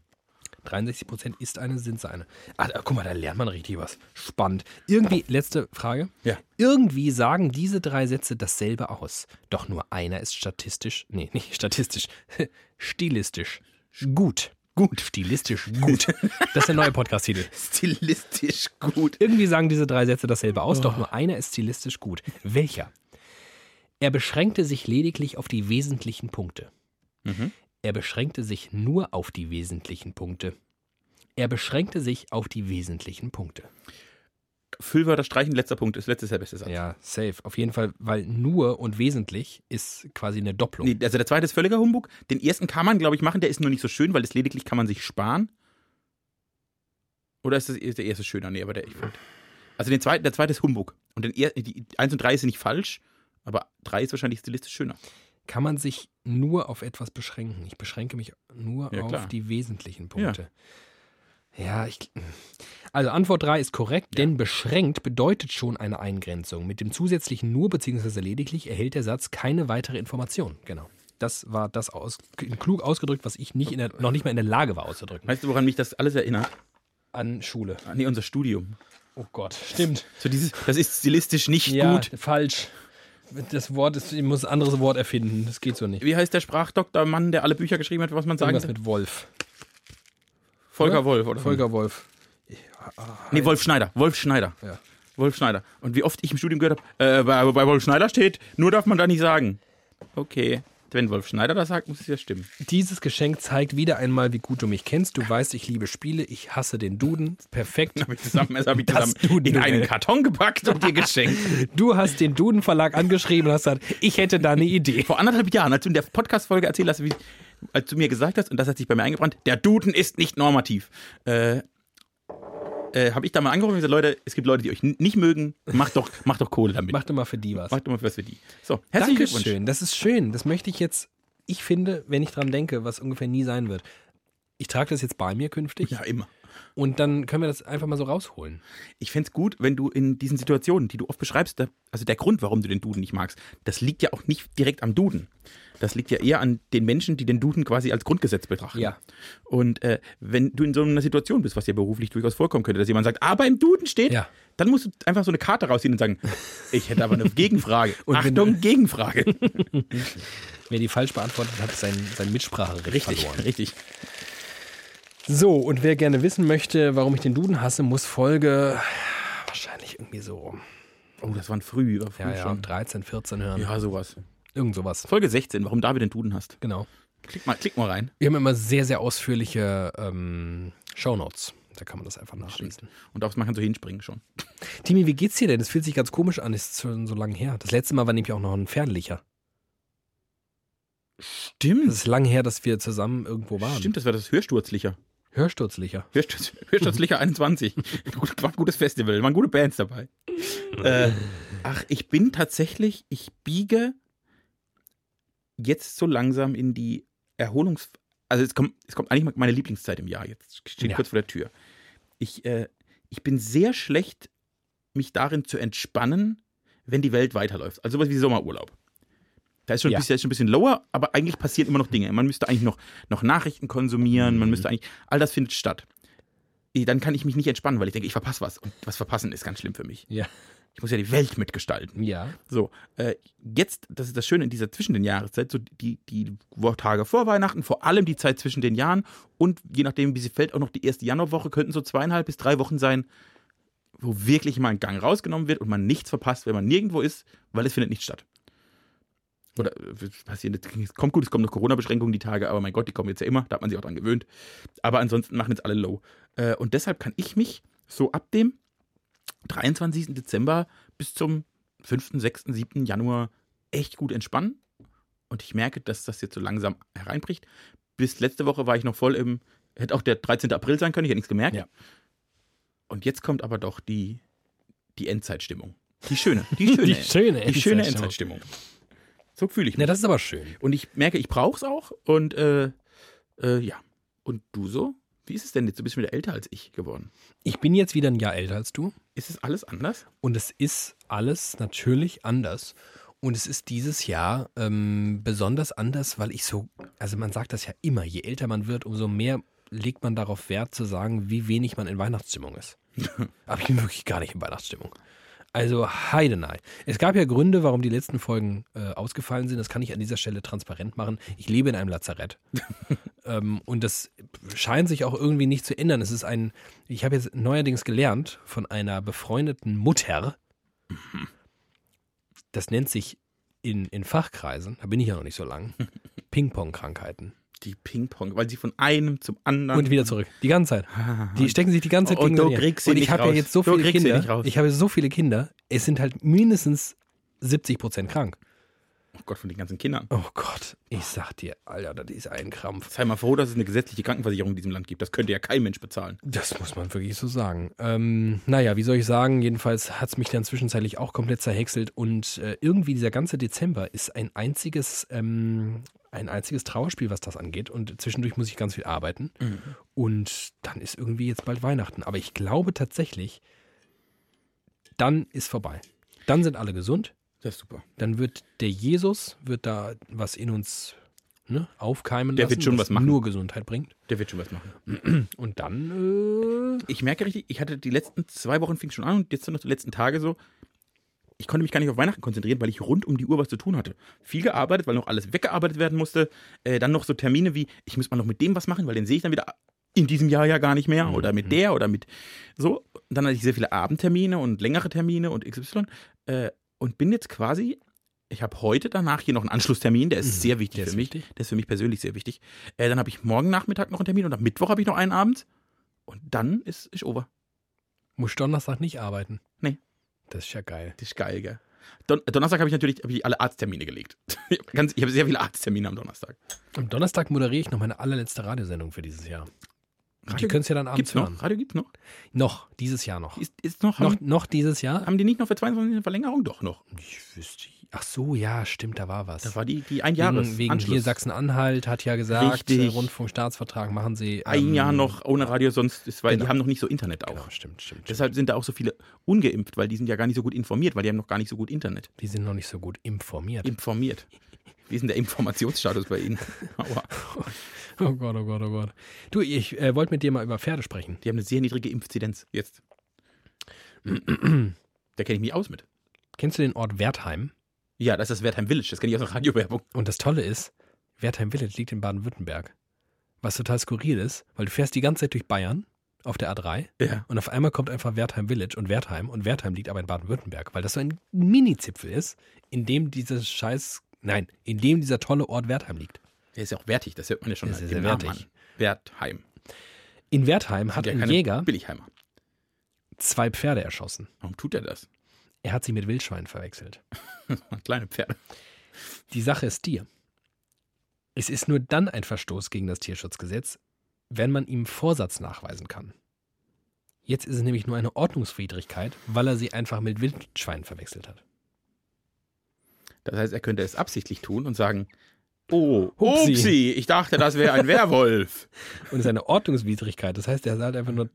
Speaker 2: 63 Prozent ist eine, sind sie eine. Ah, da- guck mal, da lernt man richtig was. Spannend. Irgendwie, letzte Frage.
Speaker 1: Ja.
Speaker 2: Irgendwie sagen diese drei Sätze dasselbe aus. Doch nur einer ist statistisch, nee, nicht statistisch, *laughs* stilistisch gut. Gut. Stilistisch gut. Das ist der neue Podcast-Titel.
Speaker 1: Stilistisch gut.
Speaker 2: Irgendwie sagen diese drei Sätze dasselbe aus, doch nur einer ist stilistisch gut. Welcher? Er beschränkte sich lediglich auf die wesentlichen Punkte.
Speaker 1: Mhm.
Speaker 2: Er beschränkte sich nur auf die wesentlichen Punkte. Er beschränkte sich auf die wesentlichen Punkte.
Speaker 1: Füllwörter streichen, letzter Punkt, ist letztes der beste Satz.
Speaker 2: Ja, safe. Auf jeden Fall, weil nur und wesentlich ist quasi eine Doppelung.
Speaker 1: Nee, also der zweite ist völliger Humbug. Den ersten kann man, glaube ich, machen, der ist nur nicht so schön, weil das lediglich kann man sich sparen. Oder ist, das, ist der erste schöner? Nee, aber der ich fand. Also den zweiten, der zweite ist Humbug. Und den er, die 1 und 3 ist nicht falsch, aber 3 ist wahrscheinlich stilistisch schöner.
Speaker 2: Kann man sich nur auf etwas beschränken? Ich beschränke mich nur
Speaker 1: Ja,
Speaker 2: auf
Speaker 1: klar.
Speaker 2: die wesentlichen Punkte. Ja, ich. Also Antwort 3 ist korrekt, denn beschränkt bedeutet schon eine Eingrenzung. Mit dem zusätzlichen nur bzw. lediglich erhält der Satz keine weitere Information. Genau. Das war das aus, klug ausgedrückt, was ich nicht in der, noch nicht mal in der Lage war auszudrücken.
Speaker 1: Weißt du, woran mich das alles erinnert?
Speaker 2: An Schule.
Speaker 1: Ah, nee, unser Studium.
Speaker 2: Oh Gott, stimmt.
Speaker 1: So dieses, das ist stilistisch nicht
Speaker 2: Ja,
Speaker 1: gut.
Speaker 2: falsch. Das Wort ist, ich muss ein anderes Wort erfinden. Das geht so nicht.
Speaker 1: Wie heißt der Sprachdoktor Mann, der alle Bücher geschrieben hat, was man sagen
Speaker 2: Irgendwas
Speaker 1: soll?
Speaker 2: mit Wolf.
Speaker 1: Volker
Speaker 2: oder?
Speaker 1: Wolf oder so.
Speaker 2: Volker Wolf.
Speaker 1: Nee, Wolf Schneider. Wolf Schneider.
Speaker 2: Ja.
Speaker 1: Wolf Schneider. Und wie oft ich im Studium gehört habe, äh, bei, bei Wolf Schneider steht, nur darf man da nicht sagen. Okay. Wenn Wolf Schneider das sagt, muss es ja stimmen.
Speaker 2: Dieses Geschenk zeigt wieder einmal, wie gut du mich kennst. Du weißt, ich liebe Spiele, ich hasse den Duden. Perfekt.
Speaker 1: Habe ich zusammen, das hab ich
Speaker 2: Das
Speaker 1: zusammen in
Speaker 2: Duden-Duell.
Speaker 1: einen Karton gepackt und dir
Speaker 2: *laughs*
Speaker 1: geschenkt.
Speaker 2: Du hast den Duden Verlag angeschrieben und hast gesagt, ich hätte da eine Idee.
Speaker 1: Vor anderthalb Jahren, als du in der Podcast-Folge erzählt hast, wie, als du mir gesagt hast, und das hat sich bei mir eingebrannt, der Duden ist nicht normativ. Äh, äh, habe ich da mal angerufen und gesagt, Leute, es gibt Leute, die euch n- nicht mögen, macht doch, macht doch Kohle damit.
Speaker 2: Mach doch mal für die was.
Speaker 1: Macht doch mal was für die. So, herzlichen Glückwunsch.
Speaker 2: Dankeschön. Das ist schön. Das möchte ich jetzt, ich finde, wenn ich dran denke, was ungefähr nie sein wird. Ich trage das jetzt bei mir künftig.
Speaker 1: Ja, immer.
Speaker 2: Und dann können wir das einfach mal so rausholen.
Speaker 1: Ich fände es gut, wenn du in diesen Situationen, die du oft beschreibst, da, also der Grund, warum du den Duden nicht magst, das liegt ja auch nicht direkt am Duden. Das liegt ja eher an den Menschen, die den Duden quasi als Grundgesetz betrachten.
Speaker 2: Ja.
Speaker 1: Und äh, wenn du in so einer Situation bist, was ja beruflich durchaus vorkommen könnte, dass jemand sagt, aber im Duden steht,
Speaker 2: Ja.
Speaker 1: dann musst du einfach so eine Karte rausziehen und sagen, ich hätte
Speaker 2: *laughs*
Speaker 1: aber eine Gegenfrage.
Speaker 2: Und wenn
Speaker 1: Achtung,
Speaker 2: *laughs*
Speaker 1: Gegenfrage.
Speaker 2: Wer die falsch beantwortet hat, sein, sein Mitspracherecht *laughs* verloren.
Speaker 1: richtig.
Speaker 2: So, und wer gerne wissen möchte, warum ich den Duden hasse, muss Folge wahrscheinlich irgendwie so
Speaker 1: Oh, das waren früh, war früh
Speaker 2: ja, ja,
Speaker 1: Hm, schon.
Speaker 2: 13, 14 hören.
Speaker 1: Ja, sowas.
Speaker 2: Irgend sowas.
Speaker 1: Folge 16, warum David den Duden hast.
Speaker 2: Genau.
Speaker 1: Klick mal, klick mal rein.
Speaker 2: Wir haben immer sehr, sehr ausführliche ähm, Shownotes. Da kann man das einfach nachlesen.
Speaker 1: Und auch man kann so hinspringen schon.
Speaker 2: Timi, wie geht's dir denn? Das fühlt sich ganz komisch an. Ist schon so lange her. Das letzte Mal war nämlich auch noch ein Fernlicher.
Speaker 1: Stimmt.
Speaker 2: Es ist lange her, dass wir zusammen irgendwo waren.
Speaker 1: Stimmt, das war das Hörsturzlicher.
Speaker 2: Hörsturzlicher.
Speaker 1: Hörsturz, *laughs* Hörsturzlicher 21. Gut, war ein gutes Festival, waren gute Bands dabei. äh, ach, ich bin tatsächlich, ich biege jetzt so langsam in die Erholungs... Also es kommt, es kommt eigentlich meine Lieblingszeit im Jahr jetzt. Steht
Speaker 2: Ja.
Speaker 1: kurz vor der Tür. Ich, äh, ich bin sehr schlecht, mich darin zu entspannen, wenn die Welt weiterläuft. Also sowas wie Sommerurlaub. Da ist schon,
Speaker 2: Ja.
Speaker 1: ein bisschen, ist schon ein bisschen lower, aber eigentlich passieren immer noch Dinge. Man müsste eigentlich noch, noch Nachrichten konsumieren,
Speaker 2: Mhm.
Speaker 1: man müsste eigentlich, all das findet statt. Eh, Dann kann ich mich nicht entspannen, weil ich denke, ich verpasse was. Und was verpassen ist ganz schlimm für mich.
Speaker 2: Ja.
Speaker 1: Ich muss ja die Welt mitgestalten.
Speaker 2: Ja.
Speaker 1: So, äh, jetzt, das ist das Schöne in dieser zwischen den Jahreszeit, so die, die Wo- Tage vor Weihnachten, vor allem die Zeit zwischen den Jahren und je nachdem, wie sie fällt, auch noch die erste Januarwoche, könnten so zweieinhalb bis drei Wochen sein, wo wirklich mal ein Gang rausgenommen wird und man nichts verpasst, wenn man nirgendwo ist, weil es findet nicht statt. Oder äh, es passieren, es kommt gut, es kommen noch Corona-Beschränkungen die Tage, aber mein Gott, die kommen jetzt ja immer, da hat man sich auch dran gewöhnt. Aber ansonsten machen jetzt alle low. Äh, und deshalb kann ich mich so ab dem 23. Dezember bis zum 5., 6., 7. Januar echt gut entspannen. Und ich merke, dass das jetzt so langsam hereinbricht. Bis letzte Woche war ich noch voll im, hätte auch der 13. April sein können, ich hätte nichts gemerkt.
Speaker 2: Ja.
Speaker 1: Und jetzt kommt aber doch die, die Endzeitstimmung. Die schöne, die schöne, die schöne,
Speaker 2: Endzeitstimmung.
Speaker 1: Endzeitstimmung. So fühle ich mich.
Speaker 2: Na, das ist aber schön.
Speaker 1: Und ich merke, ich brauche es auch. Und äh, äh, ja. Und du so? Wie ist es denn jetzt? Du bist schon wieder älter als ich geworden.
Speaker 2: Ich bin jetzt wieder ein Jahr älter als du.
Speaker 1: Ist es alles anders?
Speaker 2: Und es ist alles natürlich anders. Und es ist dieses Jahr ähm, besonders anders, weil ich so, also man sagt das ja immer, je älter man wird, umso mehr legt man darauf Wert zu sagen, wie wenig man in Weihnachtsstimmung ist. Aber ich bin wirklich gar nicht in Weihnachtsstimmung. Also heidenei. Es gab ja Gründe, warum die letzten Folgen äh, ausgefallen sind. Das kann ich an dieser Stelle transparent machen. Ich lebe in einem Lazarett. Ähm, und das scheint sich auch irgendwie nicht zu ändern. Es ist ein, ich habe jetzt neuerdings gelernt von einer befreundeten Mutter, das nennt sich in, in Fachkreisen, da bin ich ja noch nicht
Speaker 1: *laughs*
Speaker 2: so lang, Ping-Pong-Krankheiten.
Speaker 1: Die Ping-Pong, weil sie von einem zum anderen. Ah,
Speaker 2: Und wieder zurück, die ganze Zeit. Die stecken sich die ganze Zeit
Speaker 1: Und oh, du
Speaker 2: gegenseitig an.
Speaker 1: kriegst sie
Speaker 2: Und ich
Speaker 1: nicht
Speaker 2: habe ja
Speaker 1: raus.
Speaker 2: jetzt so
Speaker 1: Du
Speaker 2: viele
Speaker 1: kriegst sie nicht
Speaker 2: Kinder.
Speaker 1: raus.
Speaker 2: Ich habe so viele Kinder. Es sind halt mindestens 70 Prozent krank.
Speaker 1: oh Gott, von den ganzen Kindern.
Speaker 2: Oh Gott, ich sag dir, Alter, das ist ein Krampf.
Speaker 1: Sei mal froh, dass es eine gesetzliche Krankenversicherung in diesem Land gibt. Das könnte ja kein Mensch bezahlen.
Speaker 2: Das muss man wirklich so sagen. Ähm, naja, wie soll ich sagen? Jedenfalls hat es mich dann zwischenzeitlich auch komplett zerhäckselt und äh, irgendwie dieser ganze Dezember ist ein einziges, ähm, ein einziges Trauerspiel, was das angeht. Und zwischendurch muss ich ganz viel arbeiten.
Speaker 1: Mhm.
Speaker 2: Und dann ist irgendwie jetzt bald Weihnachten. Aber ich glaube tatsächlich, dann ist vorbei. Dann sind alle gesund.
Speaker 1: Das ist super.
Speaker 2: Dann wird der Jesus, wird da was in uns ne, aufkeimen
Speaker 1: Der
Speaker 2: lassen,
Speaker 1: wird schon was machen.
Speaker 2: nur Gesundheit bringt.
Speaker 1: Der wird schon was machen.
Speaker 2: Und dann äh,
Speaker 1: Ich merke richtig, ich hatte die letzten zwei Wochen fing schon an und jetzt sind noch die letzten Tage so. Ich konnte mich gar nicht auf Weihnachten konzentrieren, weil ich rund um die Uhr was zu tun hatte. Viel gearbeitet, weil noch alles weggearbeitet werden musste. Äh, dann noch so Termine wie, ich muss mal noch mit dem was machen, weil den sehe ich dann wieder in diesem Jahr ja gar nicht mehr oder mit der oder mit so. Und dann hatte ich sehr viele Abendtermine und längere Termine und XY. Äh, und bin jetzt quasi, ich habe heute danach hier noch einen Anschlusstermin, der ist sehr wichtig
Speaker 2: der
Speaker 1: für
Speaker 2: ist
Speaker 1: mich.
Speaker 2: wichtig.
Speaker 1: Der ist für mich persönlich sehr wichtig. Äh, dann habe ich morgen Nachmittag noch einen Termin und am Mittwoch habe ich noch einen Abend. Und dann ist ich over.
Speaker 2: Muss Donnerstag nicht arbeiten?
Speaker 1: Nee.
Speaker 2: Das ist ja geil.
Speaker 1: Das ist geil, gell? Don äh, Donnerstag habe ich natürlich hab ich alle Arzttermine gelegt. *laughs* Ganz, ich habe sehr viele Arzttermine am Donnerstag.
Speaker 2: Am Donnerstag moderiere ich noch meine allerletzte Radiosendung für dieses Jahr. die
Speaker 1: Radio
Speaker 2: könntest du ja dann abends
Speaker 1: gibt's
Speaker 2: hören.
Speaker 1: noch? Radio gibt's noch?
Speaker 2: Noch, dieses Jahr noch.
Speaker 1: Ist, ist noch,
Speaker 2: Noch,
Speaker 1: Haben,
Speaker 2: noch dieses Jahr?
Speaker 1: haben die nicht noch für 22 eine Verlängerung? Doch noch.
Speaker 2: Ich wüsste, Ach so, ja, stimmt, da war was.
Speaker 1: Da war die, die ein Jahres
Speaker 2: wegen wegen
Speaker 1: Anschluss.
Speaker 2: hier Sachsen-Anhalt hat ja gesagt,
Speaker 1: Richtig.
Speaker 2: äh, Rundfunkstaatsvertrag machen sie.
Speaker 1: ein
Speaker 2: ähm,
Speaker 1: Jahr noch ohne Radio, sonst ist, weil
Speaker 2: genau.
Speaker 1: die haben noch nicht so Internet auch.
Speaker 2: Genau, stimmt, stimmt.
Speaker 1: Deshalb sind da auch so viele ungeimpft, weil die sind ja gar nicht so gut informiert, weil die haben noch gar nicht so gut Internet.
Speaker 2: Die sind noch nicht so gut informiert.
Speaker 1: Informiert. Wie ist denn der Informationsstatus bei
Speaker 2: *laughs*
Speaker 1: Ihnen? Aua.
Speaker 2: Oh Gott, oh Gott, oh Gott. Du, ich äh, wollte mit dir mal über Pferde sprechen.
Speaker 1: Die haben eine sehr niedrige Impfzidenz *clears throat* jetzt. da kenne ich mich aus mit.
Speaker 2: Kennst du den Ort Wertheim?
Speaker 1: Ja, das ist das Wertheim Village, das kenne ich aus der Radiowerbung.
Speaker 2: Und das Tolle ist, Wertheim Village liegt in Baden-Württemberg. Was total skurril ist, weil du fährst die ganze Zeit durch Bayern auf der A3
Speaker 1: Ja.
Speaker 2: und auf einmal kommt einfach Wertheim Village und Wertheim und Wertheim liegt aber in Baden-Württemberg, weil das so ein Mini-Zipfel ist, in dem dieses scheiß, nein, in dem dieser tolle Ort Wertheim liegt.
Speaker 1: Der ist ja auch wertig, das hört man ja schon
Speaker 2: Das
Speaker 1: an
Speaker 2: ist
Speaker 1: dem
Speaker 2: sehr
Speaker 1: Namen
Speaker 2: wertig.
Speaker 1: an. Wertheim.
Speaker 2: In Wertheim hat
Speaker 1: ja
Speaker 2: ein
Speaker 1: keine
Speaker 2: Jäger
Speaker 1: Billigheimer.
Speaker 2: zwei Pferde erschossen.
Speaker 1: Warum tut er das?
Speaker 2: Er hat sie mit Wildschweinen verwechselt.
Speaker 1: Kleine Pferde.
Speaker 2: Die Sache ist die. Es ist nur dann ein Verstoß gegen das Tierschutzgesetz, wenn man ihm Vorsatz nachweisen kann. Jetzt ist es nämlich nur eine Ordnungswidrigkeit, weil er sie einfach mit Wildschweinen verwechselt hat.
Speaker 1: Das heißt, er könnte es absichtlich tun und sagen, oh,
Speaker 2: Hupsi.
Speaker 1: upsi, ich dachte, das wäre ein *laughs* Werwolf.
Speaker 2: Und es ist eine Ordnungswidrigkeit. Das heißt, er hat einfach nur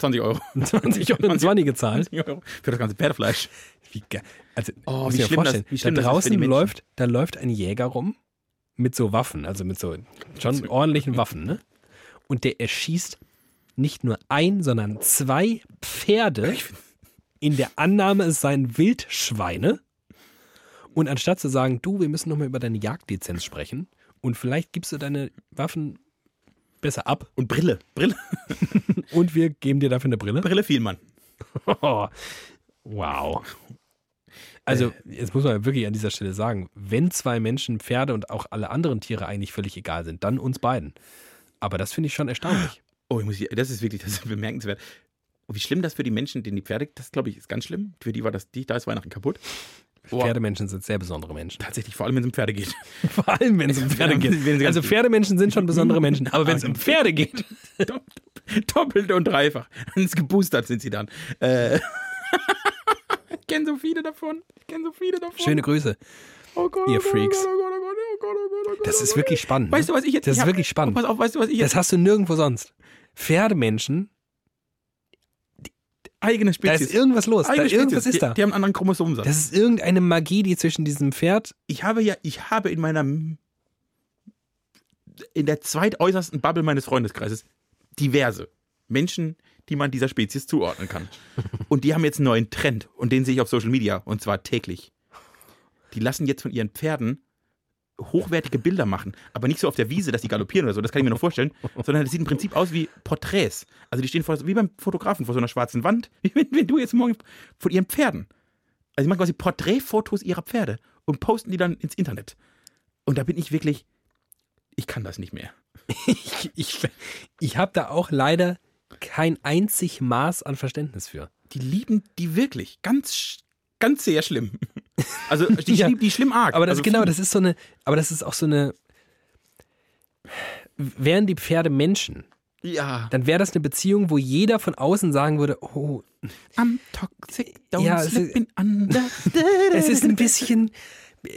Speaker 1: 20 Euro.
Speaker 2: 20 Euro und 20 gezahlt.
Speaker 1: 20 Euro für das ganze Pferdefleisch.
Speaker 2: Wie geil. Also,
Speaker 1: Oh,
Speaker 2: muss
Speaker 1: wie
Speaker 2: ich mir
Speaker 1: schlimm das-
Speaker 2: vorstellen,
Speaker 1: wie schlimm
Speaker 2: da
Speaker 1: das ist für die
Speaker 2: draußen
Speaker 1: Menschen.
Speaker 2: läuft, da läuft ein Jäger rum mit so Waffen, also mit so schon ordentlichen Waffen, ne? Und der erschießt nicht nur ein, sondern zwei Pferde in der Annahme, es seien Wildschweine. Und anstatt zu sagen, du, wir müssen nochmal über deine Jagdlizenz sprechen und vielleicht gibst du deine Waffen besser ab
Speaker 1: Und Brille. Brille,
Speaker 2: und wir geben dir dafür eine Brille.
Speaker 1: Brille fiel, Mann.
Speaker 2: *laughs* wow. Also,
Speaker 1: Äh.
Speaker 2: jetzt muss man wirklich an dieser Stelle sagen, wenn zwei Menschen, Pferde und auch alle anderen Tiere eigentlich völlig egal sind, dann uns beiden. Aber das finde ich schon erstaunlich.
Speaker 1: Oh, ich muss hier, das ist wirklich das ist *laughs* bemerkenswert. Und wie schlimm das für die Menschen, denen die Pferde, das glaube ich, ist ganz schlimm. Für die war das, die, da ist Weihnachten kaputt. Boah.
Speaker 2: Pferdemenschen sind sehr besondere Menschen. *laughs*
Speaker 1: Tatsächlich, vor allem wenn es um Pferde geht. *laughs*
Speaker 2: Vor allem, wenn es um Pferde
Speaker 1: Wenn-
Speaker 2: geht.
Speaker 1: wenn sie ganz-
Speaker 2: Also, Pferdemenschen sind schon besondere Menschen, aber wenn
Speaker 1: *laughs*
Speaker 2: es um Pferde geht,
Speaker 1: Dopp- Doppelt und dreifach. Ins geboostert sind sie dann. Äh. *laughs* ich kenne so viele davon. Ich kenne so viele davon.
Speaker 2: schöne Grüße.
Speaker 1: oh Gott,
Speaker 2: ihr
Speaker 1: oh Gott,
Speaker 2: Freaks.
Speaker 1: Oh Gott, oh Gott, oh Gott, oh Gott, oh Gott,
Speaker 2: Das
Speaker 1: oh
Speaker 2: ist
Speaker 1: Gott.
Speaker 2: wirklich spannend.
Speaker 1: Weißt du,
Speaker 2: Ne?
Speaker 1: was ich jetzt
Speaker 2: Das ist
Speaker 1: ich hab-
Speaker 2: wirklich spannend.
Speaker 1: Oh, pass auf, weißt du, was ich jetzt
Speaker 2: Das hast du nirgendwo sonst. Pferdemenschen,
Speaker 1: eigene
Speaker 2: da
Speaker 1: Spezies.
Speaker 2: ist irgendwas los. Da,
Speaker 1: eigene Spezies.
Speaker 2: irgendwas ist da.
Speaker 1: Die, die haben einen anderen Chromosomensatz.
Speaker 2: Das ist irgendeine Magie, die zwischen diesem Pferd
Speaker 1: ich habe ja, ich habe in meiner in der zweitäußersten Bubble meines Freundeskreises diverse Menschen, die man dieser Spezies zuordnen kann. Und die haben jetzt einen neuen Trend und den sehe ich auf Social Media und zwar täglich. Die lassen jetzt von ihren Pferden hochwertige Bilder machen, aber nicht so auf der Wiese, dass die galoppieren oder so, das kann ich mir noch vorstellen, sondern das sieht im Prinzip aus wie Porträts. Also die stehen vor, wie beim Fotografen vor so einer schwarzen Wand, *laughs* wie wenn, wenn du jetzt morgen von ihren Pferden. Also die machen quasi Porträtfotos ihrer Pferde und posten die dann ins Internet. Und da bin ich wirklich, ich kann das nicht mehr.
Speaker 2: Ich, ich, ich habe da auch leider kein einzig Maß an Verständnis für.
Speaker 1: Die lieben die wirklich ganz, sch- ganz sehr
Speaker 2: *laughs*
Speaker 1: schlimm. Also die,
Speaker 2: Ja.
Speaker 1: schlimm, die schlimm arg.
Speaker 2: Aber das
Speaker 1: also,
Speaker 2: genau, das ist so eine, aber das ist auch so eine. Wären die Pferde Menschen,
Speaker 1: Ja.
Speaker 2: dann wäre das eine Beziehung, wo jeder von außen sagen würde, oh,
Speaker 1: I'm toxic, don't
Speaker 2: Ja, es
Speaker 1: slip in
Speaker 2: *laughs*
Speaker 1: under.
Speaker 2: es ist ein bisschen.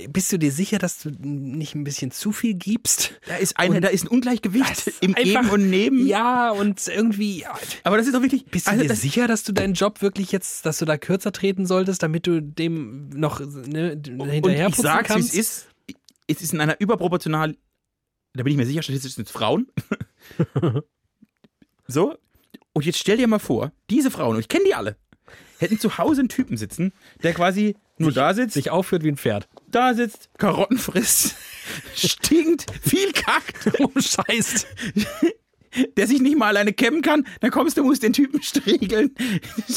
Speaker 2: Bist du dir sicher, dass du nicht ein bisschen zu viel gibst?
Speaker 1: Da ist, eine, da ist ein Ungleichgewicht
Speaker 2: Das
Speaker 1: Also im
Speaker 2: einfach-
Speaker 1: Eben und Neben.
Speaker 2: Ja, und irgendwie. ja,
Speaker 1: Aber das ist doch wirklich.
Speaker 2: Bist du
Speaker 1: also
Speaker 2: dir
Speaker 1: das,
Speaker 2: sicher, dass du deinen Job wirklich jetzt, dass du da kürzer treten solltest, damit du dem noch ne,
Speaker 1: und
Speaker 2: hinterher
Speaker 1: ich
Speaker 2: putzen
Speaker 1: sag's, wie
Speaker 2: kannst?
Speaker 1: es ist. Es ist in einer überproportional, da bin ich mir sicher, statistisch sind es Frauen.
Speaker 2: *laughs*
Speaker 1: so. Und jetzt stell dir mal vor, diese Frauen, und ich kenne die alle, hätten zu Hause einen Typen sitzen, der quasi nur da sitzt,
Speaker 2: sich aufführt wie ein *laughs* Pferd.
Speaker 1: da sitzt, Karotten
Speaker 2: *laughs*
Speaker 1: frisst, stinkt, viel kackt,
Speaker 2: Oh, Rumscheißt.
Speaker 1: der sich nicht mal alleine kämmen kann, dann kommst du, musst den Typen striegeln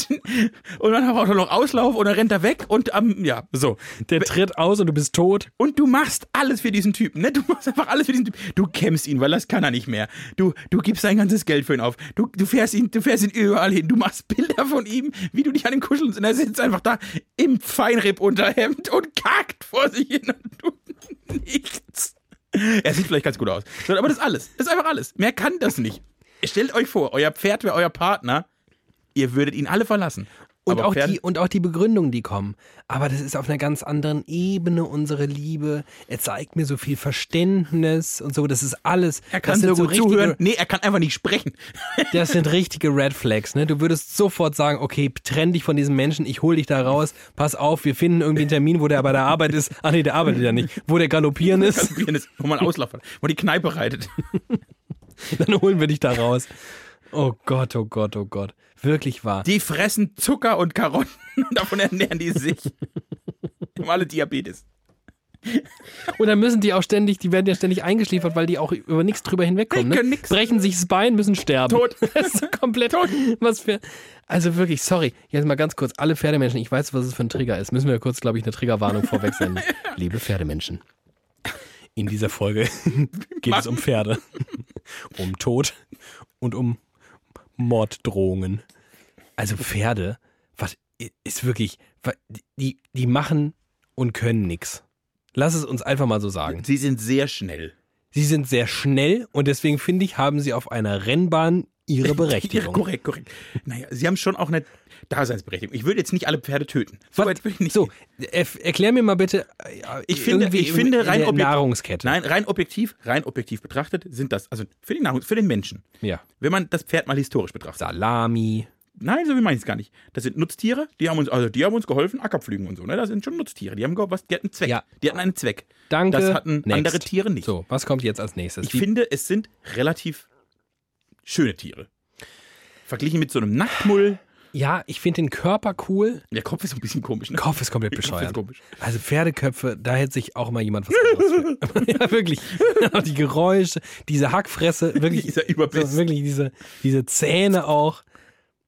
Speaker 1: *laughs* und dann braucht er noch Auslauf und dann rennt er weg und am, ja, so.
Speaker 2: Der tritt aus und du bist tot.
Speaker 1: Und du machst alles für diesen Typen, ne? Du machst einfach alles für diesen Typen. Du kämpfst ihn, weil das kann er nicht mehr. Du, du gibst dein ganzes Geld für ihn auf. Du, du, fährst ihn, du fährst ihn überall hin. Du machst Bilder von ihm, wie du dich an ihm kuschelst. Und er sitzt einfach da im Feinripp-Unterhemd und kackt vor sich hin und tut nichts. Er sieht vielleicht ganz gut aus. So, Aber das ist alles. Das ist einfach alles. Mehr kann das nicht. Stellt euch vor, euer Pferd wäre euer Partner. Ihr würdet ihn alle verlassen.
Speaker 2: Und
Speaker 1: Aber
Speaker 2: auch,
Speaker 1: Pferde-
Speaker 2: die, und auch die Begründungen, die kommen. Aber das ist auf einer ganz anderen Ebene unsere Liebe. Er zeigt mir so viel Verständnis und so. Das ist alles.
Speaker 1: Er
Speaker 2: das
Speaker 1: kann
Speaker 2: sind
Speaker 1: so gut
Speaker 2: richtige,
Speaker 1: zuhören. Nee, er kann einfach nicht sprechen.
Speaker 2: *laughs* Das sind richtige Red Flags. Ne? Du würdest sofort sagen, okay, trenn dich von diesem Menschen, ich hol dich da raus. Pass auf, wir finden irgendwie einen Termin, wo der bei der Arbeit ist. Ach nee, der arbeitet ja nicht. Wo der galoppieren ist, *laughs*
Speaker 1: Wie wenn es nochmal auslaufen, wo die Kneipe reitet.
Speaker 2: dann holen wir dich da raus. Oh Gott, oh Gott, oh Gott. Wirklich wahr.
Speaker 1: Die fressen Zucker und Karotten *laughs* und davon ernähren die sich. Die haben alle Diabetes.
Speaker 2: Und dann müssen die auch ständig, die werden ja ständig eingeschläfert, weil die auch über nichts drüber hinwegkommen.
Speaker 1: Die
Speaker 2: Ne?
Speaker 1: können nix.
Speaker 2: Brechen sich das Bein, müssen sterben.
Speaker 1: Tot.
Speaker 2: *laughs* Das ist so komplett.
Speaker 1: Tot.
Speaker 2: Was für. Also wirklich, sorry. Jetzt mal ganz kurz. Alle Pferdemenschen, ich weiß, was es für ein Trigger ist. Müssen wir kurz, glaube ich, eine Triggerwarnung
Speaker 1: *laughs*
Speaker 2: vorweg senden. Liebe Pferdemenschen. In dieser Folge *laughs* geht es
Speaker 1: *laughs*
Speaker 2: um Pferde, um Tod und um Morddrohungen. Also Pferde, was ist wirklich, wa- die, die machen und können nichts. Lass es uns einfach mal so sagen.
Speaker 1: Sie sind sehr schnell.
Speaker 2: Sie sind sehr schnell und deswegen finde ich, haben sie auf einer Rennbahn
Speaker 1: *laughs*
Speaker 2: ihre
Speaker 1: Ja,
Speaker 2: Berechtigung.
Speaker 1: korrekt, korrekt. Naja, sie haben schon auch eine Daseinsberechtigung. Ich würde jetzt nicht alle Pferde töten. So
Speaker 2: Was-
Speaker 1: weit würde ich nicht.
Speaker 2: So, erf- erklär mir mal bitte, äh,
Speaker 1: Ich finde-
Speaker 2: irgendwie
Speaker 1: ich finde
Speaker 2: in
Speaker 1: rein
Speaker 2: der
Speaker 1: objekt-
Speaker 2: Nahrungskette.
Speaker 1: Nein, rein objektiv, rein objektiv betrachtet sind das, also für die Nahrung, für den Menschen.
Speaker 2: Ja.
Speaker 1: Wenn man das Pferd mal historisch betrachtet.
Speaker 2: Salami.
Speaker 1: Nein, so wie meine ich es gar nicht. Das sind Nutztiere, die haben uns, also die haben uns geholfen, Ackerpflügen und so, ne? Das sind schon Nutztiere, die haben ge- was, die hatten einen Zweck.
Speaker 2: Ja.
Speaker 1: Die hatten einen Zweck.
Speaker 2: Danke.
Speaker 1: Das hatten
Speaker 2: Next.
Speaker 1: andere Tiere nicht.
Speaker 2: So, was kommt jetzt als nächstes?
Speaker 1: Ich
Speaker 2: Die-
Speaker 1: finde, es sind relativ schöne Tiere. Verglichen mit so einem Nacktmull.
Speaker 2: ja, ich finde den Körper cool.
Speaker 1: Der Kopf ist ein bisschen komisch, ne?
Speaker 2: Kopf ist komplett
Speaker 1: Der *laughs* Kopf ist
Speaker 2: bescheuert.
Speaker 1: komisch.
Speaker 2: Also Pferdeköpfe, da hätte sich auch mal jemand was anderes
Speaker 1: *laughs*
Speaker 2: für. *laughs* ja, wirklich. Auch die Geräusche, diese Hackfresse, wirklich.
Speaker 1: Dieser Überbiss.
Speaker 2: so, Wirklich diese, diese Zähne auch.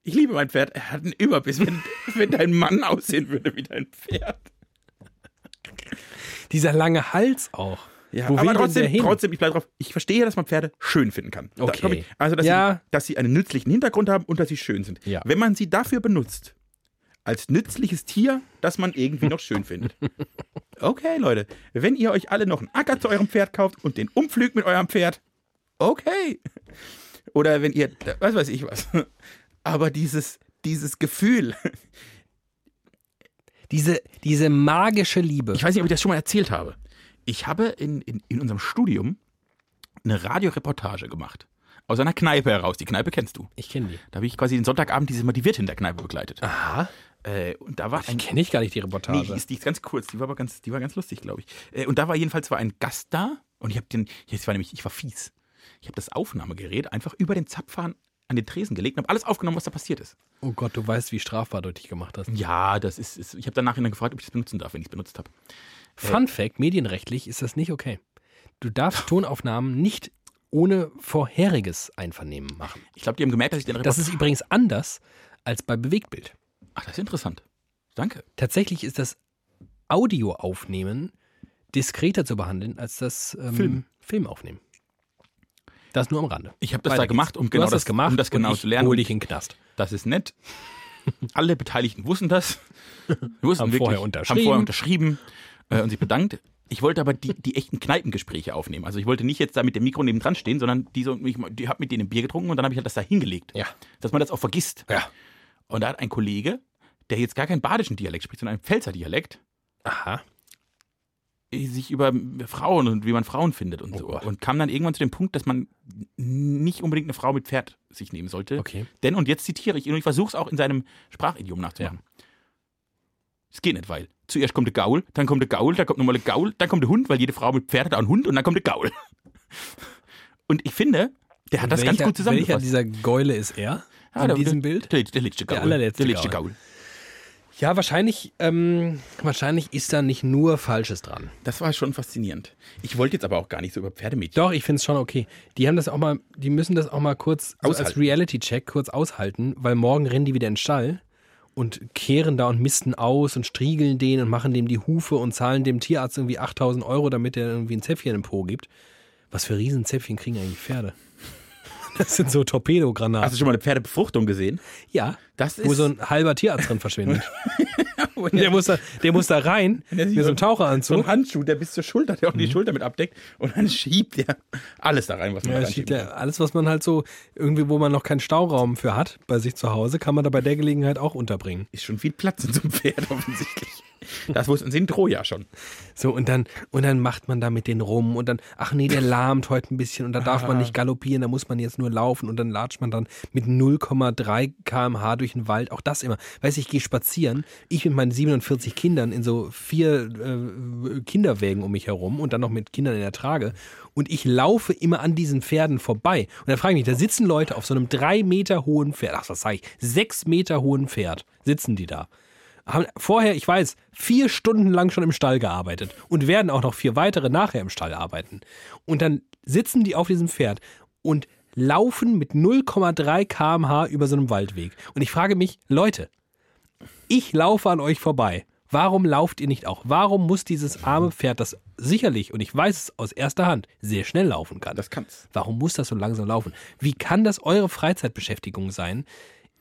Speaker 1: Ich liebe mein Pferd. Er hat einen Überbiss, wenn, wenn dein Mann aussehen würde wie dein Pferd.
Speaker 2: Dieser lange Hals auch.
Speaker 1: Ja,
Speaker 2: Wo will
Speaker 1: aber
Speaker 2: denn der
Speaker 1: trotzdem,
Speaker 2: hin?
Speaker 1: trotzdem, ich bleibe drauf. Ich verstehe, dass man Pferde schön finden kann. Da
Speaker 2: Okay.
Speaker 1: komm ich, also, dass,
Speaker 2: Ja.
Speaker 1: sie, dass sie einen nützlichen Hintergrund haben und dass sie schön sind.
Speaker 2: Ja.
Speaker 1: Wenn man sie dafür benutzt, als nützliches Tier, das man irgendwie noch schön findet.
Speaker 2: *laughs*
Speaker 1: Okay, Leute, wenn ihr euch alle noch einen Acker zu eurem Pferd kauft und den umpflügt mit eurem Pferd, okay. Oder wenn ihr, was weiß ich was. Aber dieses, dieses Gefühl,
Speaker 2: Diese, diese magische Liebe.
Speaker 1: Ich weiß nicht, ob ich das schon mal erzählt habe. Ich habe in, in, in unserem Studium eine Radioreportage gemacht. Aus einer Kneipe heraus. Die Kneipe kennst du.
Speaker 2: Ich kenne die.
Speaker 1: Da habe ich quasi den Sonntagabend dieses Mal die Wirtin der Kneipe begleitet.
Speaker 2: Aha.
Speaker 1: Ah, Äh, und da war ein.
Speaker 2: Kenne ich gar nicht die
Speaker 1: Nee, die
Speaker 2: Reportage.
Speaker 1: ist, die ist ganz kurz. Die war aber ganz, die war ganz lustig, glaube ich. Äh, und da war jedenfalls war ein Gast da. Und ich habe den. Jetzt war nämlich. Ich war fies. Ich habe das Aufnahmegerät einfach über den Zapfhahn an den Tresen gelegt und habe alles aufgenommen, was da passiert ist.
Speaker 2: oh Gott, du weißt, wie strafbar du dich gemacht hast.
Speaker 1: Ja, das ist. ist ich habe danach dann gefragt, ob ich das benutzen darf, wenn ich es benutzt habe.
Speaker 2: Fun Fact: Medienrechtlich ist das nicht okay.
Speaker 1: *laughs*
Speaker 2: Du darfst Tonaufnahmen nicht ohne vorheriges Einvernehmen machen.
Speaker 1: Ich glaube, die haben gemerkt, dass ich den
Speaker 2: Das ist übrigens anders als bei Bewegtbild.
Speaker 1: Ach, das ist interessant. Danke.
Speaker 2: Tatsächlich ist das Audioaufnehmen diskreter zu behandeln als das ähm,
Speaker 1: Film.
Speaker 2: Filmaufnehmen. Das nur am Rande.
Speaker 1: Ich habe das
Speaker 2: Weiter
Speaker 1: da
Speaker 2: geht's.
Speaker 1: gemacht, um
Speaker 2: Du
Speaker 1: genau
Speaker 2: hast das,
Speaker 1: das-
Speaker 2: gemacht,
Speaker 1: um das genau
Speaker 2: und ich
Speaker 1: zu lernen.
Speaker 2: Hol dich in den Knast.
Speaker 1: Das ist nett. Alle Beteiligten wussten
Speaker 2: *laughs*
Speaker 1: das. Wussten
Speaker 2: Haben
Speaker 1: wirklich,
Speaker 2: vorher
Speaker 1: Haben
Speaker 2: unterschrieben.
Speaker 1: vorher unterschrieben äh, und sich bedankt. Ich wollte aber die, die echten Kneipengespräche aufnehmen. Also ich wollte nicht jetzt da mit dem Mikro neben dran stehen, sondern die, so, ich die habe mit denen ein Bier getrunken und dann habe ich halt das da hingelegt.
Speaker 2: Ja.
Speaker 1: Dass man das auch vergisst.
Speaker 2: Ja.
Speaker 1: Und da hat ein Kollege, der jetzt gar keinen badischen Dialekt spricht, sondern einen Pfälzer Dialekt, äh,
Speaker 2: Aha.
Speaker 1: sich über Frauen und wie man Frauen findet und
Speaker 2: Oh
Speaker 1: so.
Speaker 2: Gott.
Speaker 1: Und kam dann irgendwann zu dem Punkt, dass man nicht unbedingt eine Frau mit Pferd sich nehmen sollte.
Speaker 2: Okay.
Speaker 1: Denn, und jetzt zitiere ich ihn und ich versuche es auch in seinem Sprachidiom nachzumachen. Es geht nicht, weil zuerst kommt der Gaul, dann kommt der Gaul, dann kommt nochmal der Gaul, dann kommt der Hund, weil jede Frau mit Pferd hat auch einen Hund und dann kommt der Gaul. *laughs* Und ich finde, der hat das
Speaker 2: welcher,
Speaker 1: ganz gut
Speaker 2: Welcher
Speaker 1: zusammengefasst.
Speaker 2: dieser Gäule ist er
Speaker 1: Ah,
Speaker 2: in
Speaker 1: der-
Speaker 2: diesem
Speaker 1: der,
Speaker 2: Bild?
Speaker 1: Der, der letzte Gaul.
Speaker 2: Der allerletzte
Speaker 1: der letzte
Speaker 2: Gaul.
Speaker 1: Gaul.
Speaker 2: Ja, wahrscheinlich, ähm, wahrscheinlich ist da nicht nur Falsches dran.
Speaker 1: Das war schon faszinierend. Ich wollte jetzt aber auch gar nicht so über Pferdemädchen.
Speaker 2: Doch, ich finde es schon okay. Die haben das auch mal, die müssen das auch mal kurz so als
Speaker 1: Aushalten.
Speaker 2: Reality-Check kurz aushalten, weil morgen rennen die wieder in den Stall und kehren da und misten aus und striegeln den und machen dem die Hufe und zahlen dem Tierarzt irgendwie 8000 Euro, damit er irgendwie ein Zäpfchen im Po gibt. Was für riesen Zäpfchen kriegen eigentlich Pferde? *laughs* Das sind so Torpedogranaten.
Speaker 1: Hast du schon mal eine Pferdebefruchtung gesehen?
Speaker 2: ja,
Speaker 1: Also, Das
Speaker 2: wo
Speaker 1: ist-
Speaker 2: so ein halber Tierarzt drin verschwindet. der, muss da, der muss da rein mit so einem
Speaker 1: So ein
Speaker 2: Taucheranzug.
Speaker 1: Handschuh, der bis zur Schulter, der auch die Schulter mit abdeckt. Und dann schiebt er alles da rein, was man
Speaker 2: Ja,
Speaker 1: da
Speaker 2: das steht
Speaker 1: reinschiebt.
Speaker 2: ja alles, was man halt so irgendwie, wo man noch keinen Stauraum für hat bei sich zu Hause, kann man da bei der Gelegenheit auch unterbringen.
Speaker 1: Ist schon viel Platz in so einem Pferd *laughs* offensichtlich. Das wussten sie in Troja schon.
Speaker 2: So, und dann, und dann macht man da mit denen rum und dann, ach nee, der lahmt heute ein bisschen und da darf man nicht galoppieren, da muss man jetzt nur laufen und dann latscht man dann mit 0,3 kmh durch den Wald, auch das immer. Weiß ich gehe spazieren, ich mit meinen 47 Kindern in so vier äh, Kinderwägen um mich herum und dann noch mit Kindern in der Trage und ich laufe immer an diesen Pferden vorbei. Und dann frage ich mich, da sitzen Leute auf so einem drei Meter hohen Pferd, ach, was sag ich, sechs Meter hohen Pferd, sitzen die da haben vorher, ich weiß, vier Stunden lang schon im Stall gearbeitet und werden auch noch vier weitere nachher im Stall arbeiten. Und dann sitzen die auf diesem Pferd und laufen mit 0,3 km/h über so einem Waldweg. Und ich frage mich, Leute, ich laufe an euch vorbei. Warum lauft ihr nicht auch? Warum muss dieses arme Pferd, das sicherlich, und ich weiß es aus erster Hand, sehr schnell laufen kann?
Speaker 1: Das kann's.
Speaker 2: Warum muss das so langsam laufen? Wie kann das eure Freizeitbeschäftigung sein?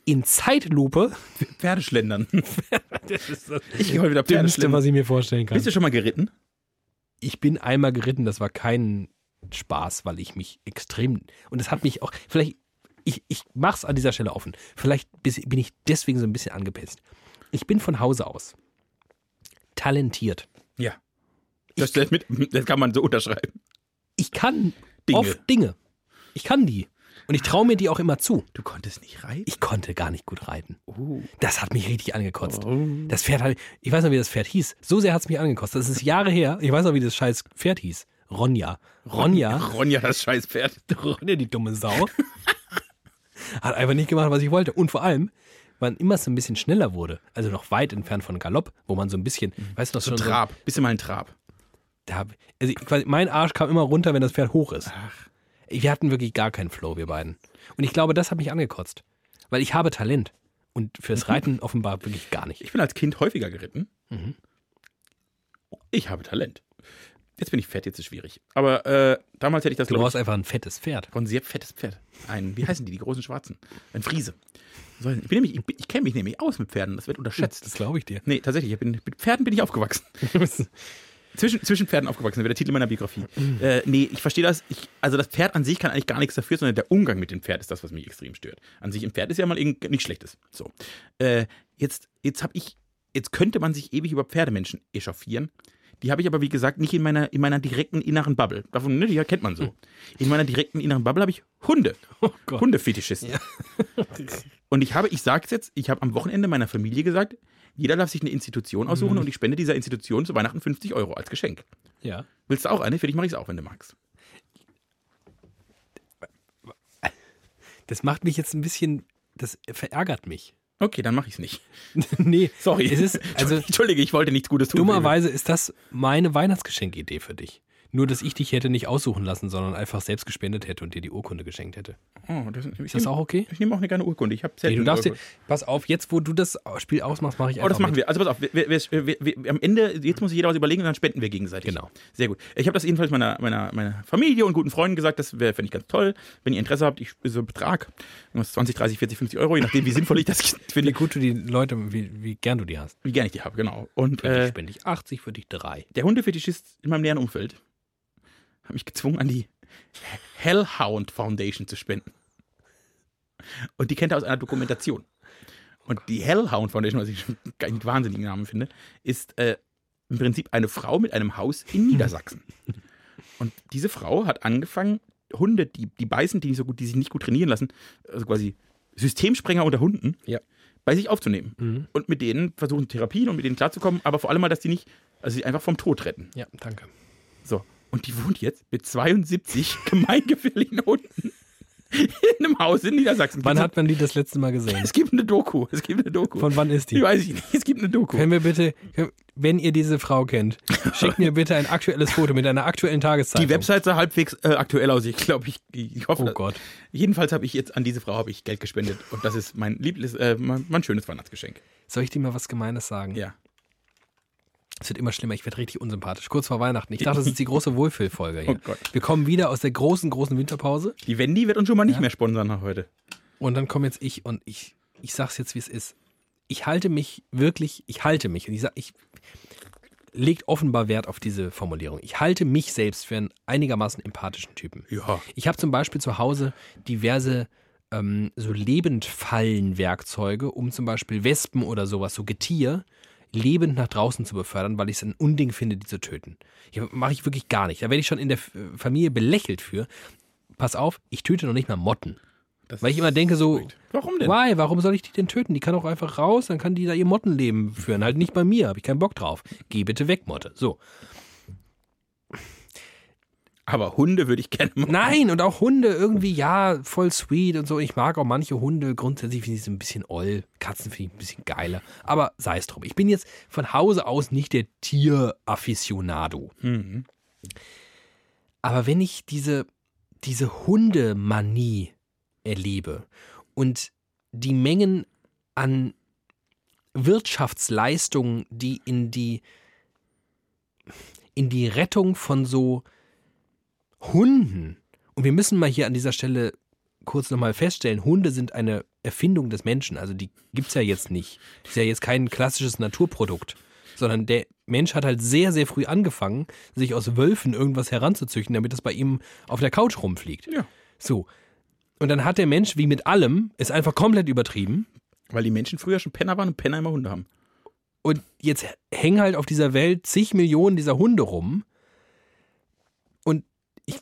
Speaker 2: In Zeitlupe
Speaker 1: *laughs* Pferdeschlendern. ich gehe heute wieder
Speaker 2: Dümmste,
Speaker 1: Pferdeschlendern.
Speaker 2: was ich mir vorstellen kann.
Speaker 1: Bist du schon mal geritten?
Speaker 2: Ich bin einmal geritten, das war kein Spaß, weil ich mich extrem. Und es hat mich auch. Vielleicht, ich, ich mach's an dieser Stelle offen. Vielleicht bis- bin ich deswegen so ein bisschen angepisst. Ich bin von Hause aus talentiert.
Speaker 1: Ja. Das, das, mit, das kann man so unterschreiben.
Speaker 2: Ich kann
Speaker 1: Dinge.
Speaker 2: oft Dinge. Ich kann die. Und ich traue mir die auch immer zu.
Speaker 1: Du konntest nicht reiten?
Speaker 2: Ich konnte gar nicht gut reiten.
Speaker 1: Oh.
Speaker 2: Das hat mich richtig angekotzt. Das Pferd hat, ich weiß noch, wie das Pferd hieß. So sehr hat es mich angekotzt. Das ist Jahre her. Ich weiß noch, wie das scheiß Pferd hieß. Ronja. Ronja.
Speaker 1: Ronja, das scheiß *laughs* Pferd.
Speaker 2: Ronja, die dumme Sau, *laughs* hat einfach nicht gemacht, was ich wollte. Und vor allem, wann immer es so ein bisschen schneller wurde, also noch weit entfernt von Galopp, wo man so ein bisschen, weißt du noch, schon so,
Speaker 1: Mhm. Trab. Bist du mal ein Trab?
Speaker 2: da, hab- also ich- quasi mein Arsch kam immer runter, wenn das Pferd hoch ist. Wir hatten wirklich gar keinen Flow, wir beiden. Und ich glaube, das hat mich angekotzt. Weil ich habe Talent. Und
Speaker 1: *laughs*
Speaker 2: fürs Reiten offenbar wirklich gar nicht.
Speaker 1: Ich bin als Kind häufiger geritten. Ich habe Talent. Jetzt bin ich fett, jetzt ist schwierig. Aber äh, damals hätte ich das,
Speaker 2: Du
Speaker 1: glaub ich,
Speaker 2: brauchst einfach ein fettes Pferd.
Speaker 1: ein sehr fettes Pferd. Ein, wie heißen die, die großen Schwarzen? Ein Friese. So heißen- Ich, bin nämlich- ich, bin- ich kenne mich nämlich aus mit Pferden, das wird unterschätzt.
Speaker 2: glaube ich *laughs* dir.
Speaker 1: Nee, tatsächlich, ich bin, mit Pferden bin ich aufgewachsen. Zwischen, zwischen Pferden aufgewachsen, wäre der Titel meiner Biografie. Äh, nee, ich verstehe das. Ich, also das Pferd an sich kann eigentlich gar nichts dafür, sondern der Umgang mit dem Pferd ist das, was mich extrem stört. An sich ein Pferd ist ja mal irgend- nichts Schlechtes. So. Äh, jetzt jetzt habe ich, jetzt könnte man sich ewig über Pferdemenschen echauffieren. Die habe ich aber, wie gesagt, nicht in meiner, in meiner direkten inneren Bubble. Davon, ne, die kennt man so. In meiner direkten inneren Bubble habe ich Hunde.
Speaker 2: Gott.
Speaker 1: Hundefetischisten. Und ich habe, ich sag's jetzt, ich habe am Wochenende meiner Familie gesagt, jeder darf sich eine Institution aussuchen und ich spende dieser Institution zu Weihnachten 50 Euro als Geschenk.
Speaker 2: Ja.
Speaker 1: Willst du auch eine? Für dich mache ich es auch, wenn du magst.
Speaker 2: Das macht mich jetzt ein bisschen, das verärgert mich. *laughs*
Speaker 1: Okay, dann mache ich es nicht.
Speaker 2: nee,
Speaker 1: Sorry.
Speaker 2: Es ist, *laughs* also
Speaker 1: Entschuldige, ich wollte nichts Gutes tun.
Speaker 2: Dummerweise ist das meine Weihnachtsgeschenkidee für dich. Nur, dass ich dich hätte nicht aussuchen lassen, sondern einfach selbst gespendet hätte und dir die Urkunde geschenkt hätte.
Speaker 1: Oh, das, ich
Speaker 2: Ist das
Speaker 1: nehm-
Speaker 2: auch okay?
Speaker 1: Ich nehme auch eine gerne Urkunde. Ich habe
Speaker 2: Nee,
Speaker 1: selten
Speaker 2: du darfst dir,
Speaker 1: Urkunde.
Speaker 2: pass auf, jetzt wo du das Spiel ausmachst, mache ich einfach
Speaker 1: Oh, das machen
Speaker 2: mit.
Speaker 1: wir. Also pass auf, wir, wir, wir, wir, wir, am Ende, jetzt muss sich jeder was überlegen und dann spenden wir gegenseitig.
Speaker 2: Genau.
Speaker 1: Sehr gut. Ich habe das jedenfalls meiner, meiner, meiner Familie und guten Freunden gesagt, das wäre, fände ich ganz toll. Wenn ihr Interesse habt, ich so einen Betrag, irgendwas 20, 30, 40, 50 Euro, je nachdem, wie sinnvoll ich das *laughs*
Speaker 2: Wie
Speaker 1: finde,
Speaker 2: gut du die Leute, wie, wie gern du die hast.
Speaker 1: wie gerne ich die habe, genau. Und
Speaker 2: Für dich
Speaker 1: äh,
Speaker 2: spende ich 80, für dich 3.
Speaker 1: der Hundefetischist in meinem näheren Umfeld hat mich gezwungen, an die Hellhound Foundation zu spenden. Und die kennt er aus einer Dokumentation. Und die Hellhound Foundation, was ich schon einen wahnsinnigen Namen finde, ist äh, im Prinzip eine Frau mit einem Haus in Niedersachsen. Und diese Frau hat angefangen, Hunde, die, die beißen, die nicht so gut, die sich nicht gut trainieren lassen, also quasi Systemsprenger unter Hunden,
Speaker 2: Ja.
Speaker 1: bei sich aufzunehmen. Und mit denen versuchen Therapien und mit denen klarzukommen, aber vor allem mal, dass die nicht, also sie einfach vom Tod retten.
Speaker 2: Ja, danke.
Speaker 1: So. Und die wohnt jetzt mit *laughs* 72 gemeingefährlichen Hunden in einem Haus in Niedersachsen.
Speaker 2: Wann
Speaker 1: Gibt's-
Speaker 2: hat man die das letzte Mal gesehen?
Speaker 1: es gibt eine Doku. Es gibt eine Doku.
Speaker 2: Von wann ist
Speaker 1: die
Speaker 2: die?
Speaker 1: weiß ich nicht. Es gibt eine Doku.
Speaker 2: Können wir bitte, wenn ihr diese Frau
Speaker 1: *laughs*
Speaker 2: kennt, schickt mir bitte ein aktuelles Foto mit einer aktuellen Tageszeit.
Speaker 1: Die Website sah halbwegs äh, aktuell aus. Ich glaube, ich, ich hoffe.
Speaker 2: Oh
Speaker 1: dass-
Speaker 2: Gott.
Speaker 1: Jedenfalls habe ich jetzt an diese Frau habe ich Geld gespendet und das ist mein liebles, äh, mein, mein schönes Weihnachtsgeschenk.
Speaker 2: Soll ich dir mal was Gemeines sagen?
Speaker 1: Ja.
Speaker 2: Es wird immer schlimmer, ich werde richtig unsympathisch. Kurz vor Weihnachten. Ich dachte, das
Speaker 1: *laughs*
Speaker 2: ist die große Wohlfühlfolge hier.
Speaker 1: Oh Gott.
Speaker 2: Wir kommen wieder aus der großen, großen Winterpause
Speaker 1: Die Wendy wird uns schon mal nicht mehr sponsern nach heute.
Speaker 2: und dann komme jetzt ich und ich, ich sag's jetzt, wie es ist. Ich halte mich wirklich, ich halte mich und ich sag, ich legt offenbar Wert auf diese Formulierung. Ich halte mich selbst für einen einigermaßen empathischen Typen.
Speaker 1: Ja.
Speaker 2: Ich habe zum Beispiel zu Hause diverse ähm, so Lebendfallenwerkzeuge, um zum Beispiel Wespen oder sowas, so Getier, lebend nach draußen zu befördern, weil ich es ein Unding finde, die zu töten. Hier mache ich wirklich gar nicht. Da werde ich schon in der F- Familie belächelt für. Pass auf, ich töte noch nicht mal Motten.
Speaker 1: Das
Speaker 2: Weil ich immer
Speaker 1: ist
Speaker 2: denke so,
Speaker 1: beruhigt. Warum denn?
Speaker 2: Why? Warum soll ich die denn töten? Die kann auch einfach raus, dann kann die da ihr Mottenleben führen. Halt nicht bei mir, habe ich keinen Bock drauf. Geh bitte weg, Motte. So.
Speaker 1: Aber Hunde würde ich gerne mal.
Speaker 2: Nein, und auch Hunde irgendwie, ja, voll sweet und so. Ich mag auch manche Hunde. Grundsätzlich finde ich sie ein bisschen oll. Katzen finde ich ein bisschen geiler. Aber sei es drum. Ich bin jetzt von Hause aus nicht der Tier-Afficionado.
Speaker 1: Mhm.
Speaker 2: Aber wenn ich diese, diese Hundemanie erlebe und die Mengen an Wirtschaftsleistungen, die in die, in die Rettung von so Hunden, und wir müssen mal hier an dieser Stelle kurz nochmal feststellen, Hunde sind eine Erfindung des Menschen, also die gibt es ja jetzt nicht. Das ist ja jetzt kein klassisches Naturprodukt, sondern der Mensch hat halt sehr, sehr früh angefangen, sich aus Wölfen irgendwas heranzuzüchten, damit das bei ihm auf der Couch rumfliegt.
Speaker 1: Ja.
Speaker 2: So. Und dann hat der Mensch, wie mit allem, es einfach komplett übertrieben.
Speaker 1: Weil die Menschen früher schon Penner waren und Penner immer Hunde haben.
Speaker 2: Und jetzt hängen halt auf dieser Welt zig Millionen dieser Hunde rum. Und ich,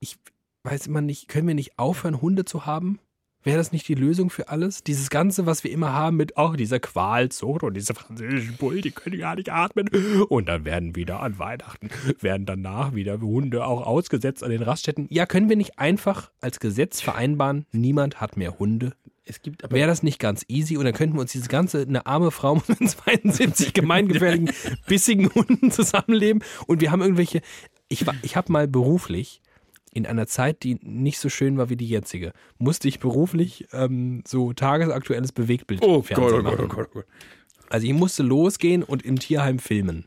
Speaker 2: ich weiß immer nicht, können wir nicht aufhören, Hunde zu haben? Wäre das nicht die Lösung für alles? Dieses Ganze, was wir immer haben mit, ach, dieser Qualzucht und diese französischen Bullen, die können gar nicht atmen. Und dann werden wieder an Weihnachten, werden danach wieder Hunde auch ausgesetzt an den Raststätten. Ja, können wir nicht einfach als Gesetz vereinbaren, niemand hat mehr Hunde?
Speaker 1: Es gibt aber.
Speaker 2: wäre das nicht ganz easy und dann könnten wir uns dieses ganze, eine arme Frau mit 72 gemeingefährlichen, bissigen Hunden zusammenleben und wir haben irgendwelche, ich, war- ich habe mal beruflich in einer Zeit, die nicht so schön war wie die jetzige, musste ich beruflich ähm, so tagesaktuelles Bewegtbild
Speaker 1: oh Gott,
Speaker 2: Fernsehen
Speaker 1: oh Gott,
Speaker 2: machen.
Speaker 1: oh Gott, oh Gott.
Speaker 2: Also ich musste losgehen und im Tierheim filmen.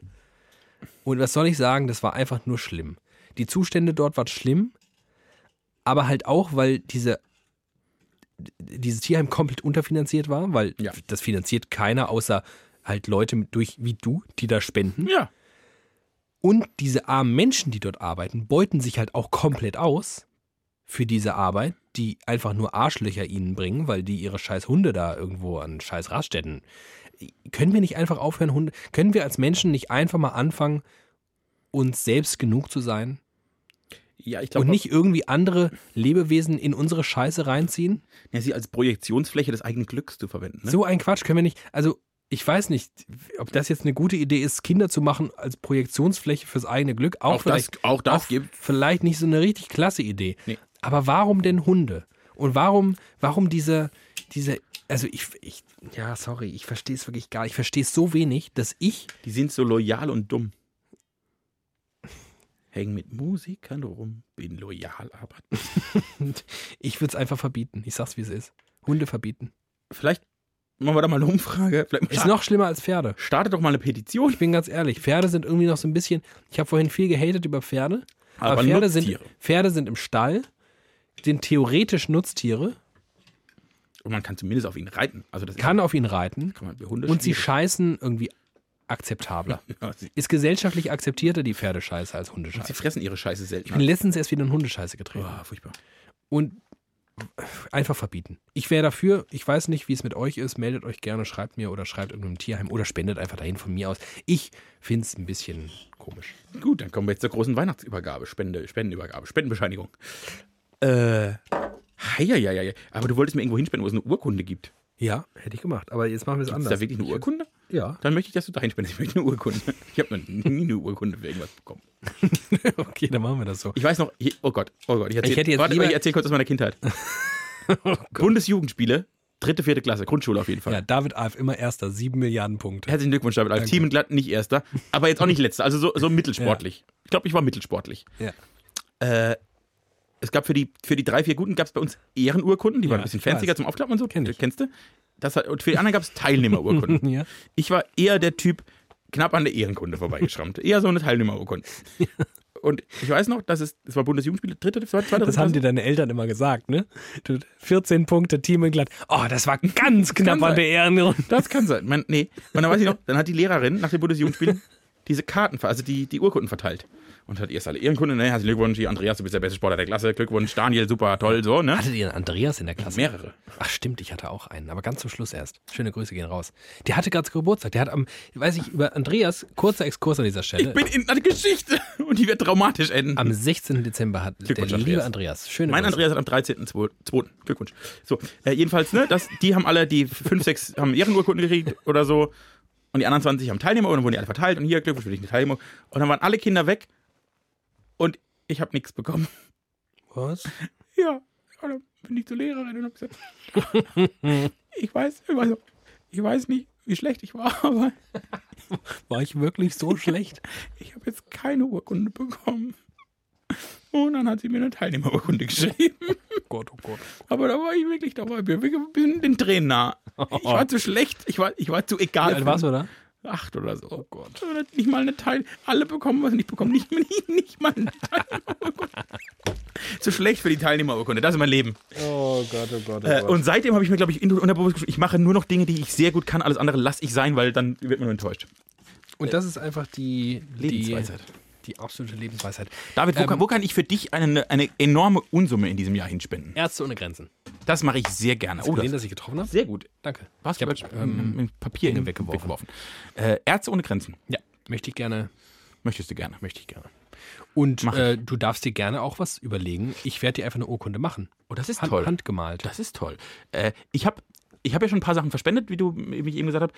Speaker 2: Und was soll ich sagen, das war einfach nur schlimm. Die Zustände dort waren schlimm, aber halt auch, weil diese dieses Tierheim komplett unterfinanziert war, weil
Speaker 1: Ja.
Speaker 2: das finanziert keiner außer halt Leute mit, durch wie du, die da spenden.
Speaker 1: Ja.
Speaker 2: Und diese armen Menschen, die dort arbeiten, beuten sich halt auch komplett aus für diese Arbeit, die einfach nur Arschlöcher ihnen bringen, weil die ihre scheiß Hunde da irgendwo an scheiß Raststätten. Können wir nicht einfach aufhören, Hunde? Können wir als Menschen nicht einfach mal anfangen, uns selbst genug zu sein
Speaker 1: Ja, ich glaube.
Speaker 2: und nicht irgendwie andere Lebewesen in unsere Scheiße reinziehen?
Speaker 1: Ja, sie als Projektionsfläche des eigenen Glücks zu verwenden. Ne?
Speaker 2: So ein Quatsch können wir nicht. Also, ich weiß nicht, ob das jetzt eine gute Idee ist, Kinder zu machen als Projektionsfläche fürs eigene Glück. Auch,
Speaker 1: Auch das-
Speaker 2: vielleicht-
Speaker 1: auch das gibt-
Speaker 2: Vielleicht nicht so eine richtig klasse Idee.
Speaker 1: Nee.
Speaker 2: Aber warum denn Hunde? Und warum, warum diese, diese, also ich, ich, ja, sorry, ich verstehe es wirklich gar nicht. Ich verstehe es so wenig, dass ich, *laughs*
Speaker 1: Die sind so loyal und dumm. Hängen mit Musikern rum, bin loyal, aber.
Speaker 2: ich würde es einfach verbieten. Ich sag's, wie es ist. Hunde verbieten.
Speaker 1: Vielleicht machen wir da mal eine Umfrage. Vielleicht
Speaker 2: Ist noch schlimmer als Pferde.
Speaker 1: Startet doch mal eine Petition.
Speaker 2: Ich bin ganz ehrlich, Pferde sind irgendwie noch so ein bisschen. Ich habe vorhin viel gehatet über Pferde. Aber,
Speaker 1: Aber
Speaker 2: Pferde, sind,
Speaker 1: Nutztiere.
Speaker 2: Pferde sind im Stall, sind theoretisch Nutztiere,
Speaker 1: Und man kann zumindest auf ihn reiten. Also das
Speaker 2: kann auf ihn reiten
Speaker 1: kann man bei Hunde
Speaker 2: und sie
Speaker 1: schwierig.
Speaker 2: scheißen irgendwie akzeptabler.
Speaker 1: ja, sie,
Speaker 2: Ist gesellschaftlich akzeptierter die Pferdescheiße als
Speaker 1: sie
Speaker 2: Hundescheiße.
Speaker 1: fressen ihre Scheiße
Speaker 2: Ich bin
Speaker 1: selten.
Speaker 2: letztens erst wieder in Hundescheiße getreten.
Speaker 1: Boah, furchtbar.
Speaker 2: Und einfach verbieten. Ich wäre dafür, ich weiß nicht, wie es mit euch ist, meldet euch gerne, schreibt mir oder schreibt irgendeinem Tierheim oder spendet einfach dahin von mir aus. Ich finde es ein bisschen komisch.
Speaker 1: Gut, dann kommen wir jetzt zur großen Weihnachtsübergabe. Spende, Spendenübergabe, Spendenbescheinigung. Äh. Heieiei. Aber du wolltest mir irgendwo hinspenden, wo es eine Urkunde gibt.
Speaker 2: Ja, hätte ich gemacht, aber jetzt machen wir es
Speaker 1: Ist da wirklich eine Urkunde?
Speaker 2: Ja.
Speaker 1: Dann möchte ich, dass du dahin spendest. Ich möchte eine Urkunde. Ich habe noch nie eine Urkunde für irgendwas bekommen.
Speaker 2: *laughs* Okay, dann machen wir das so.
Speaker 1: Ich weiß noch, hier- oh Gott, oh Gott. Ich, erzähl,
Speaker 2: Ich hätte jetzt
Speaker 1: warte,
Speaker 2: lieber- Oh
Speaker 1: ich erzähl kurz aus meiner
Speaker 2: *laughs*
Speaker 1: Kindheit. Bundesjugendspiele, dritte, vierte Klasse, Grundschule auf jeden Fall.
Speaker 2: Ja, David Alf immer erster, sieben Milliarden Punkte.
Speaker 1: Herzlichen Glückwunsch damit. Als Team in Glatt nicht erster, aber jetzt auch nicht letzter. Also
Speaker 2: *laughs*
Speaker 1: so, so mittelsportlich. Ich glaube, ich war mittelsportlich.
Speaker 2: Ja.
Speaker 1: Äh, es gab für die, für die drei, vier Guten gab es bei uns Ehrenurkunden, die waren
Speaker 2: Ja,
Speaker 1: ein bisschen
Speaker 2: ich weiß.
Speaker 1: fancier zum Aufklappen und so.
Speaker 2: Kenn ich. *laughs*
Speaker 1: Kennst du? Das hat, und für die anderen gab es Teilnehmerurkunden. *laughs*
Speaker 2: Ja.
Speaker 1: ich war eher der Typ, knapp an der
Speaker 4: *laughs*
Speaker 1: Ehrenkunde vorbeigeschrammt. Eher so eine Teilnehmerurkunde. Und ich weiß noch, dass es, es war Bundesjugendspiele, dritte, zweite, zweite.
Speaker 4: Das haben dir deine Eltern immer gesagt, ne? Du, 14 Punkte, Team in Glatt. Oh, das war ganz knapp an
Speaker 1: sein.
Speaker 4: der Ehrenrunde.
Speaker 1: Das kann sein. Man, nee. Und dann weiß ich noch, dann hat die Lehrerin nach
Speaker 4: *laughs*
Speaker 1: den Bundesjugendspielen diese Karten, ver- also die, die Urkunden verteilt. Und hat erst alle Ehrenkunde, ne, herzlichen Glückwunsch, hier, Andreas, du bist der beste Sportler der Klasse, Glückwunsch, Daniel, super, toll, so, ne?
Speaker 2: Hattet ihr einen Andreas in der Klasse?
Speaker 1: Mehrere.
Speaker 2: Ach stimmt, ich hatte auch einen, aber ganz zum Schluss erst. Schöne Grüße gehen raus. Der hatte gerade Geburtstag. Der hat am, weiß ich, über Andreas, kurzer Exkurs an dieser Stelle.
Speaker 1: Ich bin in einer Geschichte und die wird traumatisch enden.
Speaker 2: am 16. Dezember hat der
Speaker 1: Glückwunsch,
Speaker 2: liebe
Speaker 1: Andreas.
Speaker 2: Andreas. Schöne
Speaker 1: mein
Speaker 2: Grüße.
Speaker 1: Andreas hat am 13.02. Glückwunsch. So, äh, jedenfalls, ne, das, die haben alle, die 5, 6 haben Ehrenurkunden gekriegt oder so. Und die anderen 20 haben Teilnehmer und dann wurden die alle verteilt und hier, Glückwunsch für dich, eine Teilnehmer. Und dann waren alle Kinder weg und ich habe nichts bekommen. *laughs*
Speaker 2: Was?
Speaker 1: Ja, und dann bin ich zur Lehrerin und hab gesagt, *laughs* ich weiß, ich weiß, ich weiß nicht, wie schlecht ich war, *laughs* aber
Speaker 2: War ich
Speaker 1: *laughs*
Speaker 2: wirklich so schlecht?
Speaker 1: ich habe jetzt keine Urkunde bekommen. Und dann hat sie mir eine Teilnehmerurkunde *laughs* geschrieben.
Speaker 2: Gott, oh Gott.
Speaker 1: Aber da war ich wirklich dabei. Wir sind den Tränen nah. Ich war zu schlecht. Ich war, ich war zu egal.
Speaker 2: Wie alt warst du da?
Speaker 1: Acht oder so. Oh Gott. Nicht mal eine Teil. Alle bekommen was und ich bekomme nicht, *laughs* nicht, nicht mal eine Teilnehmerurkunde. zu schlecht für die Teilnehmerurkunde. Das ist mein Leben.
Speaker 4: Oh Gott, oh Gott,
Speaker 1: Äh, und seitdem habe ich mir, glaube ich, in- unterbewusst geschrieben, ich mache nur noch Dinge, die ich sehr gut kann. Alles andere lasse ich sein, weil dann wird man nur enttäuscht.
Speaker 2: Und das ist einfach die
Speaker 1: Lebensweisheit.
Speaker 2: Die, die absolute Lebensweisheit.
Speaker 1: David,
Speaker 2: Ähm,
Speaker 4: Ähm.
Speaker 1: wo, kann, wo kann ich für dich eine, eine enorme Unsumme in diesem Jahr hinspenden?
Speaker 2: Ärzte ohne Grenzen.
Speaker 1: Das mache ich sehr gerne. Oh,
Speaker 2: den,
Speaker 1: das
Speaker 2: dass ich getroffen habe?
Speaker 1: sehr gut.
Speaker 2: Danke.
Speaker 1: Was?
Speaker 2: Ich hab, ähm,
Speaker 1: mit Papier hin-
Speaker 2: weggeworfen.
Speaker 1: Äh, Ärzte ohne Grenzen.
Speaker 2: ja, möchte ich gerne
Speaker 1: Möchtest du gerne.
Speaker 2: Möchte ich gerne. Und
Speaker 1: Mach ich.
Speaker 2: äh, du darfst dir gerne auch was überlegen. Ich werde dir einfach eine Urkunde machen.
Speaker 1: Oh, das ist
Speaker 2: Hand,
Speaker 1: toll.
Speaker 2: Handgemalt.
Speaker 1: Das ist toll. Äh, ich habe ich hab ja schon ein paar Sachen verspendet, wie du wie ich eben gesagt habe.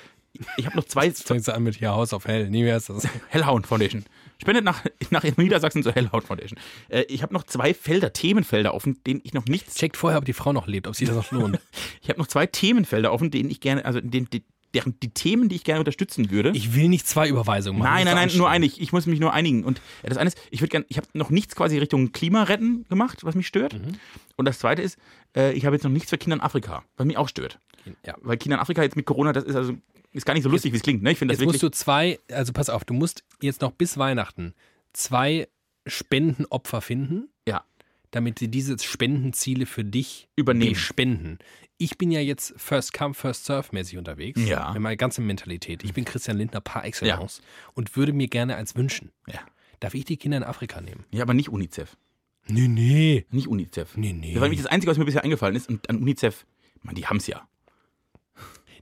Speaker 1: Ich habe noch *laughs* zwei.
Speaker 2: fängst du an mit hier House of Hell. Nie mehr ist das.
Speaker 1: Hellhound Foundation. Spendet nach, nach Niedersachsen zur Hellhound Foundation. Äh, ich habe noch zwei Felder, Themenfelder offen, denen ich noch nichts.
Speaker 2: *laughs* Checkt vorher, ob die Frau noch lebt, ob sie das noch *laughs* lohnt.
Speaker 1: Ich habe noch zwei Themenfelder offen, denen ich gerne, also den, den, deren, die Themen, die ich gerne unterstützen würde.
Speaker 2: Ich will nicht zwei Überweisungen machen.
Speaker 1: Nein,
Speaker 2: Das
Speaker 1: nein,
Speaker 2: ist
Speaker 1: nein, nur
Speaker 2: anstrengend.
Speaker 1: einig. Ich muss mich nur einigen. Und äh, das eine ist, ich würde gerne, ich habe noch nichts quasi Richtung Klima retten gemacht, was mich stört.
Speaker 2: Mhm.
Speaker 1: Und das zweite ist, äh, ich habe jetzt noch nichts für Kinder in Afrika, was mich auch stört.
Speaker 2: Ja.
Speaker 1: Weil Kinder in Afrika jetzt mit Corona, das ist also ist gar nicht so lustig, wie es klingt. Ne? Ich finde das
Speaker 2: Jetzt musst
Speaker 1: wirklich.
Speaker 2: du zwei, also pass auf, du musst jetzt noch bis Weihnachten zwei Spendenopfer finden,
Speaker 1: Ja,
Speaker 2: damit sie diese Spendenziele für dich
Speaker 1: Übernehmen.
Speaker 2: die Spenden. Ich bin ja jetzt First Come, First Serve mäßig unterwegs.
Speaker 1: Ja.
Speaker 2: Mit meiner ganzen Mentalität. Ich bin Christian Lindner par excellence und würde mir gerne eins wünschen.
Speaker 1: Ja.
Speaker 2: Darf ich die Kinder in Afrika nehmen?
Speaker 1: ja, aber nicht UNICEF.
Speaker 2: Nee, nee.
Speaker 1: Nicht UNICEF.
Speaker 2: Nee, nee.
Speaker 1: Das war nämlich das Einzige, was mir bisher eingefallen ist. Und an UNICEF, man, die haben es ja.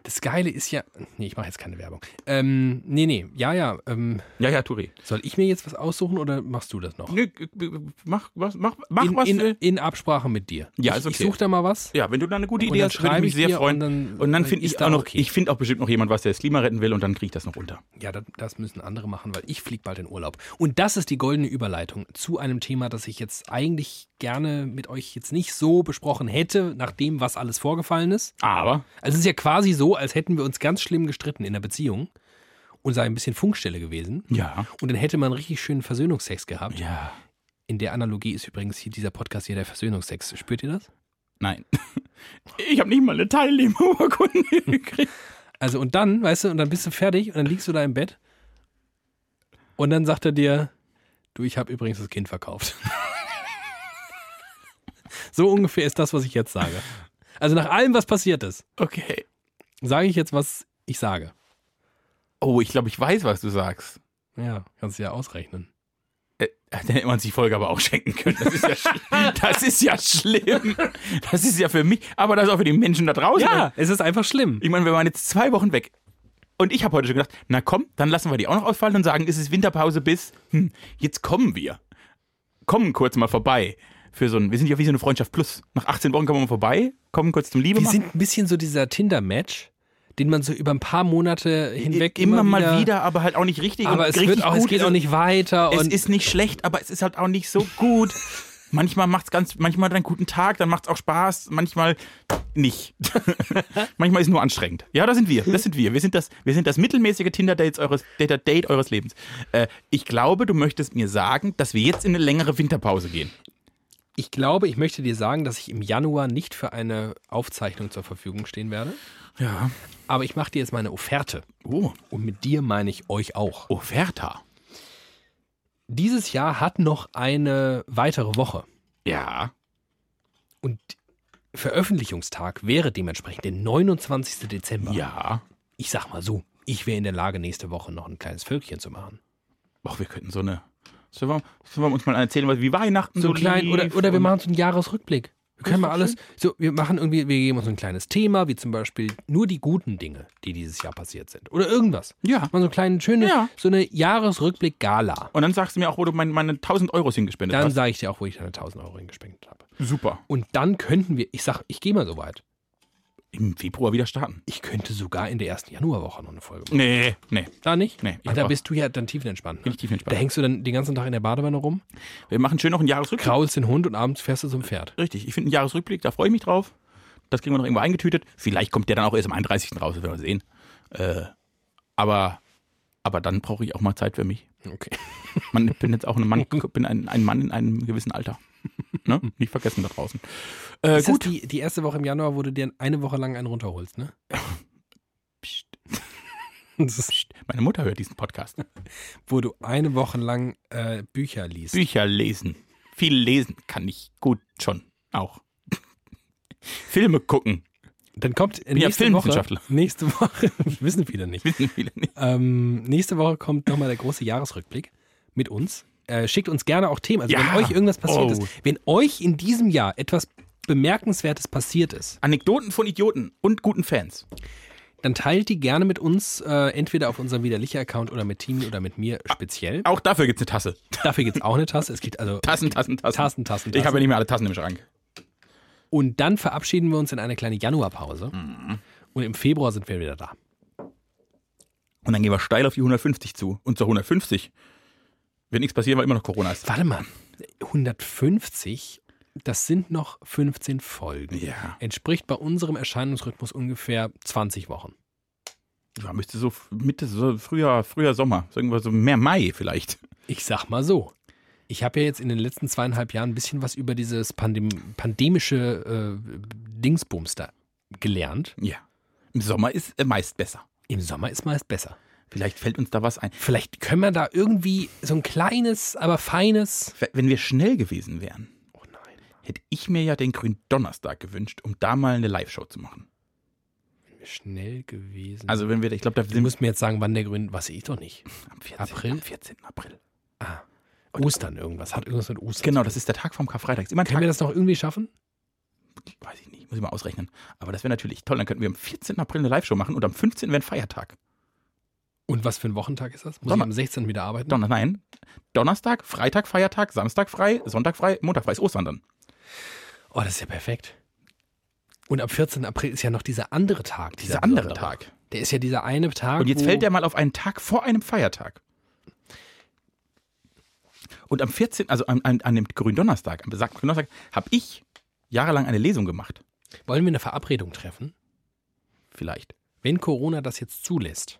Speaker 2: Das Geile ist ja. Nee, ich mache jetzt keine Werbung. Ähm, nee, nee. Ja, ja. Ähm,
Speaker 1: Ja, ja, Turi.
Speaker 2: soll ich mir jetzt was aussuchen oder machst du das noch?
Speaker 1: Nö, g- g- mach was, mach, mach
Speaker 2: in,
Speaker 1: was.
Speaker 2: in,
Speaker 1: äh,
Speaker 2: in Absprache mit dir.
Speaker 1: Ja,
Speaker 2: ich,
Speaker 1: ist okay.
Speaker 2: Ich suche da mal was.
Speaker 1: ja, wenn du da eine gute
Speaker 2: Und
Speaker 1: Idee
Speaker 2: dann
Speaker 1: hast, würde ich
Speaker 2: schreibe
Speaker 1: mich
Speaker 2: ich
Speaker 1: sehr
Speaker 2: dir
Speaker 1: freuen.
Speaker 2: und dann-
Speaker 1: und dann
Speaker 2: dann
Speaker 1: finde
Speaker 2: ist
Speaker 1: ich
Speaker 2: da
Speaker 1: auch noch,
Speaker 2: okay.
Speaker 1: ich finde auch bestimmt noch jemand, was der das Klima retten will und dann kriege ich das noch unter.
Speaker 2: Ja, das, das müssen andere machen, weil ich fliege bald in Urlaub. Und das ist die goldene Überleitung zu einem Thema, das ich jetzt eigentlich gerne mit euch jetzt nicht so besprochen hätte, nach dem, was alles vorgefallen ist.
Speaker 1: Aber
Speaker 2: Also es ist ja quasi so, als hätten wir uns ganz schlimm gestritten in der Beziehung und sei ein bisschen Funkstelle gewesen.
Speaker 1: ja,
Speaker 2: Und dann hätte man einen richtig schönen Versöhnungsex gehabt.
Speaker 1: ja,
Speaker 2: In der Analogie ist übrigens hier dieser Podcast hier der Versöhnungsex. Spürt ihr das?
Speaker 1: nein. *laughs* Ich habe nicht mal eine *laughs* Teilnehmerurkunde gekriegt.
Speaker 2: Also und dann, weißt du, und dann bist du fertig und dann liegst du da im Bett und dann sagt er dir, du, ich habe übrigens das Kind verkauft. *laughs* so ungefähr ist das, was ich jetzt sage. Also nach allem, was passiert ist,
Speaker 1: Okay.
Speaker 2: sage ich jetzt, was ich sage.
Speaker 1: Oh, ich glaube, ich weiß, was du sagst.
Speaker 2: Ja, kannst du ja ausrechnen.
Speaker 1: Äh, Dann hätte man uns die Folge aber auch schenken können. Das ist ja,
Speaker 2: *laughs*
Speaker 1: schli- das ist ja schlimm. Das ist ja für mich, aber das ist auch für die Menschen da draußen.
Speaker 2: es ist einfach schlimm.
Speaker 1: Ich meine, wir waren jetzt zwei Wochen weg. Und ich habe heute schon gedacht, na komm, dann lassen wir die auch noch ausfallen und sagen, es ist Winterpause bis, hm, jetzt kommen wir. Kommen kurz mal vorbei. Für so ein, wir sind ja wie so eine Freundschaft Plus. Nach 18 Wochen kommen wir mal vorbei, kommen kurz zum Liebe
Speaker 2: Wir
Speaker 1: machen.
Speaker 2: sind ein bisschen so dieser Tinder-Match, den man so über ein paar Monate hinweg
Speaker 1: immer, mal wieder, aber halt auch nicht richtig.
Speaker 2: Aber
Speaker 1: und
Speaker 2: es,
Speaker 1: richtig
Speaker 2: wird auch, es
Speaker 1: gut
Speaker 2: geht
Speaker 1: ist
Speaker 2: auch nicht weiter.
Speaker 1: Es
Speaker 2: und
Speaker 1: ist nicht schlecht, aber es ist halt auch nicht so
Speaker 2: *laughs*
Speaker 1: gut. manchmal macht's ganz, manchmal hat er einen guten Tag, dann macht's auch Spaß, manchmal
Speaker 2: *laughs*
Speaker 1: nicht. manchmal ist nur anstrengend. Ja, da sind wir, das sind wir. Wir sind das, wir sind das mittelmäßige Tinder Dates eures Data Date eures Lebens. Äh, ich glaube, du möchtest mir sagen, dass wir jetzt in eine längere Winterpause gehen.
Speaker 2: Ich glaube, ich möchte dir sagen, dass ich im Januar nicht für eine Aufzeichnung zur Verfügung stehen werde.
Speaker 1: Ja.
Speaker 2: Aber ich mache dir jetzt meine Offerte.
Speaker 1: Oh,
Speaker 2: Und mit dir meine ich euch auch.
Speaker 1: Offerta.
Speaker 2: Dieses Jahr hat noch eine weitere Woche.
Speaker 1: Ja.
Speaker 2: Und Veröffentlichungstag wäre dementsprechend der 29. Dezember.
Speaker 1: Ja.
Speaker 2: Ich sag mal so, ich wäre in der Lage, nächste Woche noch ein kleines Völkchen zu machen.
Speaker 1: Och, wir könnten so eine. Sollen wir, sollen wir uns mal erzählen, was- wie Weihnachten so,
Speaker 2: So klein,
Speaker 1: lief
Speaker 2: oder, oder wir
Speaker 1: und-
Speaker 2: machen so einen Jahresrückblick. Wir können
Speaker 1: ist
Speaker 2: mal
Speaker 1: doch
Speaker 2: alles, so, wir machen irgendwie, wir geben uns ein kleines Thema, wie zum Beispiel nur die guten Dinge, die dieses Jahr passiert sind. Oder irgendwas.
Speaker 1: Ja.
Speaker 2: Mal so eine kleine, schöne,
Speaker 1: Ja.
Speaker 2: so eine Jahresrückblick-Gala.
Speaker 1: Und dann sagst du mir auch, wo du meine, meine 1000 Euros hingespendet
Speaker 2: Dann
Speaker 1: hast.
Speaker 2: sage ich dir auch, wo ich deine 1000 Euro hingespendet habe.
Speaker 1: Super.
Speaker 2: Und dann könnten wir, ich sag, ich gehe mal so weit.
Speaker 1: Im Februar wieder starten.
Speaker 2: Ich könnte sogar in der ersten Januarwoche noch eine Folge machen.
Speaker 1: Nee, nee.
Speaker 2: Da nicht?
Speaker 1: Nee, ich
Speaker 2: Ach, da
Speaker 1: hab-
Speaker 2: bist du ja dann tiefenentspannt. ne?
Speaker 1: Bin ich tiefenentspannt.
Speaker 2: Da hängst du dann den ganzen Tag in der Badewanne rum,
Speaker 1: Wir machen schön noch einen Jahresrückblick.
Speaker 2: kraulst den Hund und abends fährst du zum Pferd.
Speaker 1: Richtig, ich finde einen Jahresrückblick, da freue ich mich drauf. Das kriegen wir noch irgendwo eingetütet. Vielleicht kommt der dann auch erst am 31. raus, das werden wir sehen. Äh, aber, aber dann brauche ich auch mal Zeit für mich.
Speaker 2: Okay.
Speaker 1: Man, ich bin jetzt auch ein Mann, bin ein, ein Mann in einem gewissen Alter. Ne? Nicht vergessen da draußen. Äh,
Speaker 2: Ist das
Speaker 1: gut.
Speaker 2: die, die erste Woche im Januar, wo du dir eine Woche lang einen runterholst, ne?
Speaker 1: *laughs* Psst,
Speaker 2: *laughs* Das ist,
Speaker 1: psst. Meine Mutter hört diesen Podcast.
Speaker 2: wo du eine Woche lang äh, Bücher liest.
Speaker 1: Bücher lesen. Viel lesen kann ich gut schon. Auch. *laughs* Filme gucken.
Speaker 2: Dann kommt äh,
Speaker 1: ja
Speaker 2: nächste Woche.
Speaker 1: Filmwissenschaftler.
Speaker 2: *laughs* Nächste Woche, wissen viele nicht.
Speaker 1: Wissen viele nicht.
Speaker 2: Ähm, nächste Woche kommt nochmal der große Jahresrückblick mit uns. Äh, schickt uns gerne auch Themen. Also
Speaker 1: Ja.
Speaker 2: wenn euch irgendwas passiert
Speaker 1: Oh.
Speaker 2: ist, wenn euch in diesem Jahr etwas Bemerkenswertes passiert ist,
Speaker 1: Anekdoten von Idioten und guten Fans.
Speaker 2: dann teilt die gerne mit uns, äh, entweder auf unserem Widerliche-Account oder mit Team oder mit mir speziell.
Speaker 1: Auch dafür gibt es eine Tasse. *laughs*
Speaker 2: Dafür gibt es auch eine Tasse. Es gibt also
Speaker 1: Tassen, Tassen, Tassen.
Speaker 2: Tassen, Tassen,
Speaker 1: Ich
Speaker 2: Tassen.
Speaker 1: habe ja nicht mehr alle Tassen im Schrank.
Speaker 2: Und dann verabschieden wir uns in eine kleine Januarpause. Und im Februar sind wir wieder da.
Speaker 1: Und dann gehen wir steil auf die 150 zu. Und zur 150 wird nichts passieren, weil immer noch Corona ist.
Speaker 2: Warte mal, 150, das sind noch 15 Folgen.
Speaker 1: Ja.
Speaker 2: Entspricht bei unserem Erscheinungsrhythmus ungefähr 20 Wochen.
Speaker 1: ja, müsste so Mitte, so früher, früher Sommer. So irgendwas so mehr Mai vielleicht. *laughs*
Speaker 2: Ich sag mal so. Ich habe ja jetzt in den letzten zweieinhalb Jahren ein bisschen was über dieses Pandem pandemische äh, Dingsbumster gelernt.
Speaker 1: Ja. Im Sommer ist äh, meist besser.
Speaker 2: Im Sommer ist meist besser.
Speaker 1: Vielleicht fällt uns da was ein.
Speaker 2: Vielleicht können wir da irgendwie so ein kleines, aber feines.
Speaker 1: Wenn wir schnell gewesen wären,
Speaker 2: Oh nein.
Speaker 1: hätte ich mir ja den grünen Donnerstag gewünscht, um da mal eine Live-Show zu machen.
Speaker 2: Schnell gewesen.
Speaker 1: Also wenn wir, ich glaube, da
Speaker 2: du
Speaker 1: sind wir
Speaker 2: musst mir jetzt sagen, wann der Grün. Was ich doch nicht.
Speaker 1: am 14.
Speaker 2: April?
Speaker 1: Am 14. April.
Speaker 2: Ah. Ostern irgendwas. Hat irgendwas mit Ostern.
Speaker 1: Genau,
Speaker 2: zu tun.
Speaker 1: das ist der Tag vom Karfreitag. Ist immer ein
Speaker 2: Können
Speaker 1: Tag,
Speaker 2: wir das noch irgendwie schaffen?
Speaker 1: weiß ich nicht, muss ich mal ausrechnen. Aber das wäre natürlich toll. Dann könnten wir am 14. April eine Live-Show machen und am 15. wäre ein Feiertag.
Speaker 2: Und was für ein Wochentag ist das? Muss
Speaker 1: Donner-
Speaker 2: ich am 16. wieder arbeiten?
Speaker 1: Donner, nein. Donnerstag, Freitag, Feiertag, Samstag frei, Sonntag frei, Montag frei ist Ostern dann.
Speaker 2: Oh, das ist ja perfekt. Und am 14. April ist ja noch dieser andere Tag.
Speaker 1: Dieser andere
Speaker 2: besondere.
Speaker 1: Tag.
Speaker 2: Der ist ja dieser eine Tag.
Speaker 1: Und jetzt
Speaker 2: wo-
Speaker 1: fällt der mal auf einen Tag vor einem Feiertag. Und am 14., also an, an, an dem Gründonnerstag, am besagten Gründonnerstag, habe ich jahrelang eine Lesung gemacht.
Speaker 2: Wollen wir eine Verabredung treffen?
Speaker 1: Vielleicht.
Speaker 2: Wenn Corona das jetzt zulässt,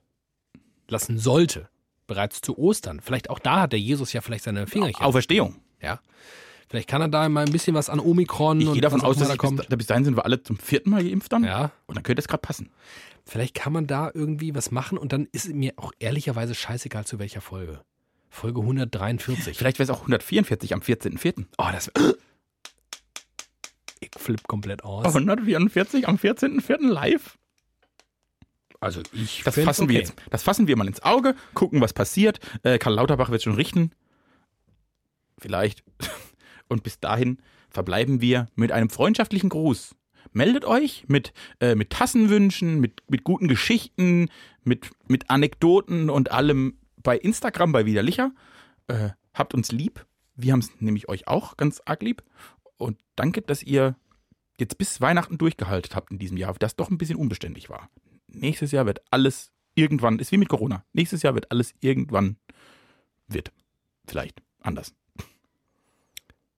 Speaker 2: lassen sollte, bereits zu Ostern, vielleicht auch da hat der Jesus ja vielleicht seine Fingerchen.
Speaker 1: Auferstehung.
Speaker 2: Ja. Vielleicht kann er da mal ein bisschen was an Omikron
Speaker 1: Ich
Speaker 2: und
Speaker 1: gehe davon
Speaker 2: was auch
Speaker 1: aus,
Speaker 2: immer
Speaker 1: dass
Speaker 2: da
Speaker 1: ich bis,
Speaker 2: kommt.
Speaker 1: da- bis dahin sind wir alle zum vierten Mal geimpft dann.
Speaker 2: Ja.
Speaker 1: Und dann könnte es gerade passen.
Speaker 2: Vielleicht kann man da irgendwie was machen und dann ist mir auch ehrlicherweise scheißegal, zu welcher Folge. Folge 143.
Speaker 1: Vielleicht wäre es auch 144 am 14.04.
Speaker 2: Oh, das. Ich flipp komplett
Speaker 1: Oh,
Speaker 2: aus.
Speaker 1: 144 am 14.04. live?
Speaker 2: Also ich.
Speaker 1: Das
Speaker 2: find's
Speaker 1: fassen, wir
Speaker 2: okay.
Speaker 1: jetzt, das fassen wir mal ins Auge, gucken, was passiert. Äh, Karl Lauterbach wird schon richten. Vielleicht. *laughs* Und bis dahin verbleiben wir mit einem freundschaftlichen Gruß. Meldet euch mit, äh, mit Tassenwünschen, mit, mit guten Geschichten, mit, mit Anekdoten und allem bei Instagram, bei Widerlicher. Äh, habt uns lieb. Wir haben es nämlich euch auch ganz arg lieb. Und danke, dass ihr jetzt bis Weihnachten durchgehalten habt in diesem Jahr, das doch ein bisschen unbeständig war. Nächstes Jahr wird alles irgendwann, ist wie mit Corona. Nächstes Jahr wird alles irgendwann wird. Vielleicht anders.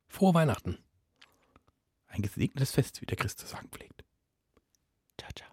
Speaker 2: Frohe Weihnachten.
Speaker 1: Ein gesegnetes Fest, wie der Christ zu sagen pflegt. Ciao, ciao.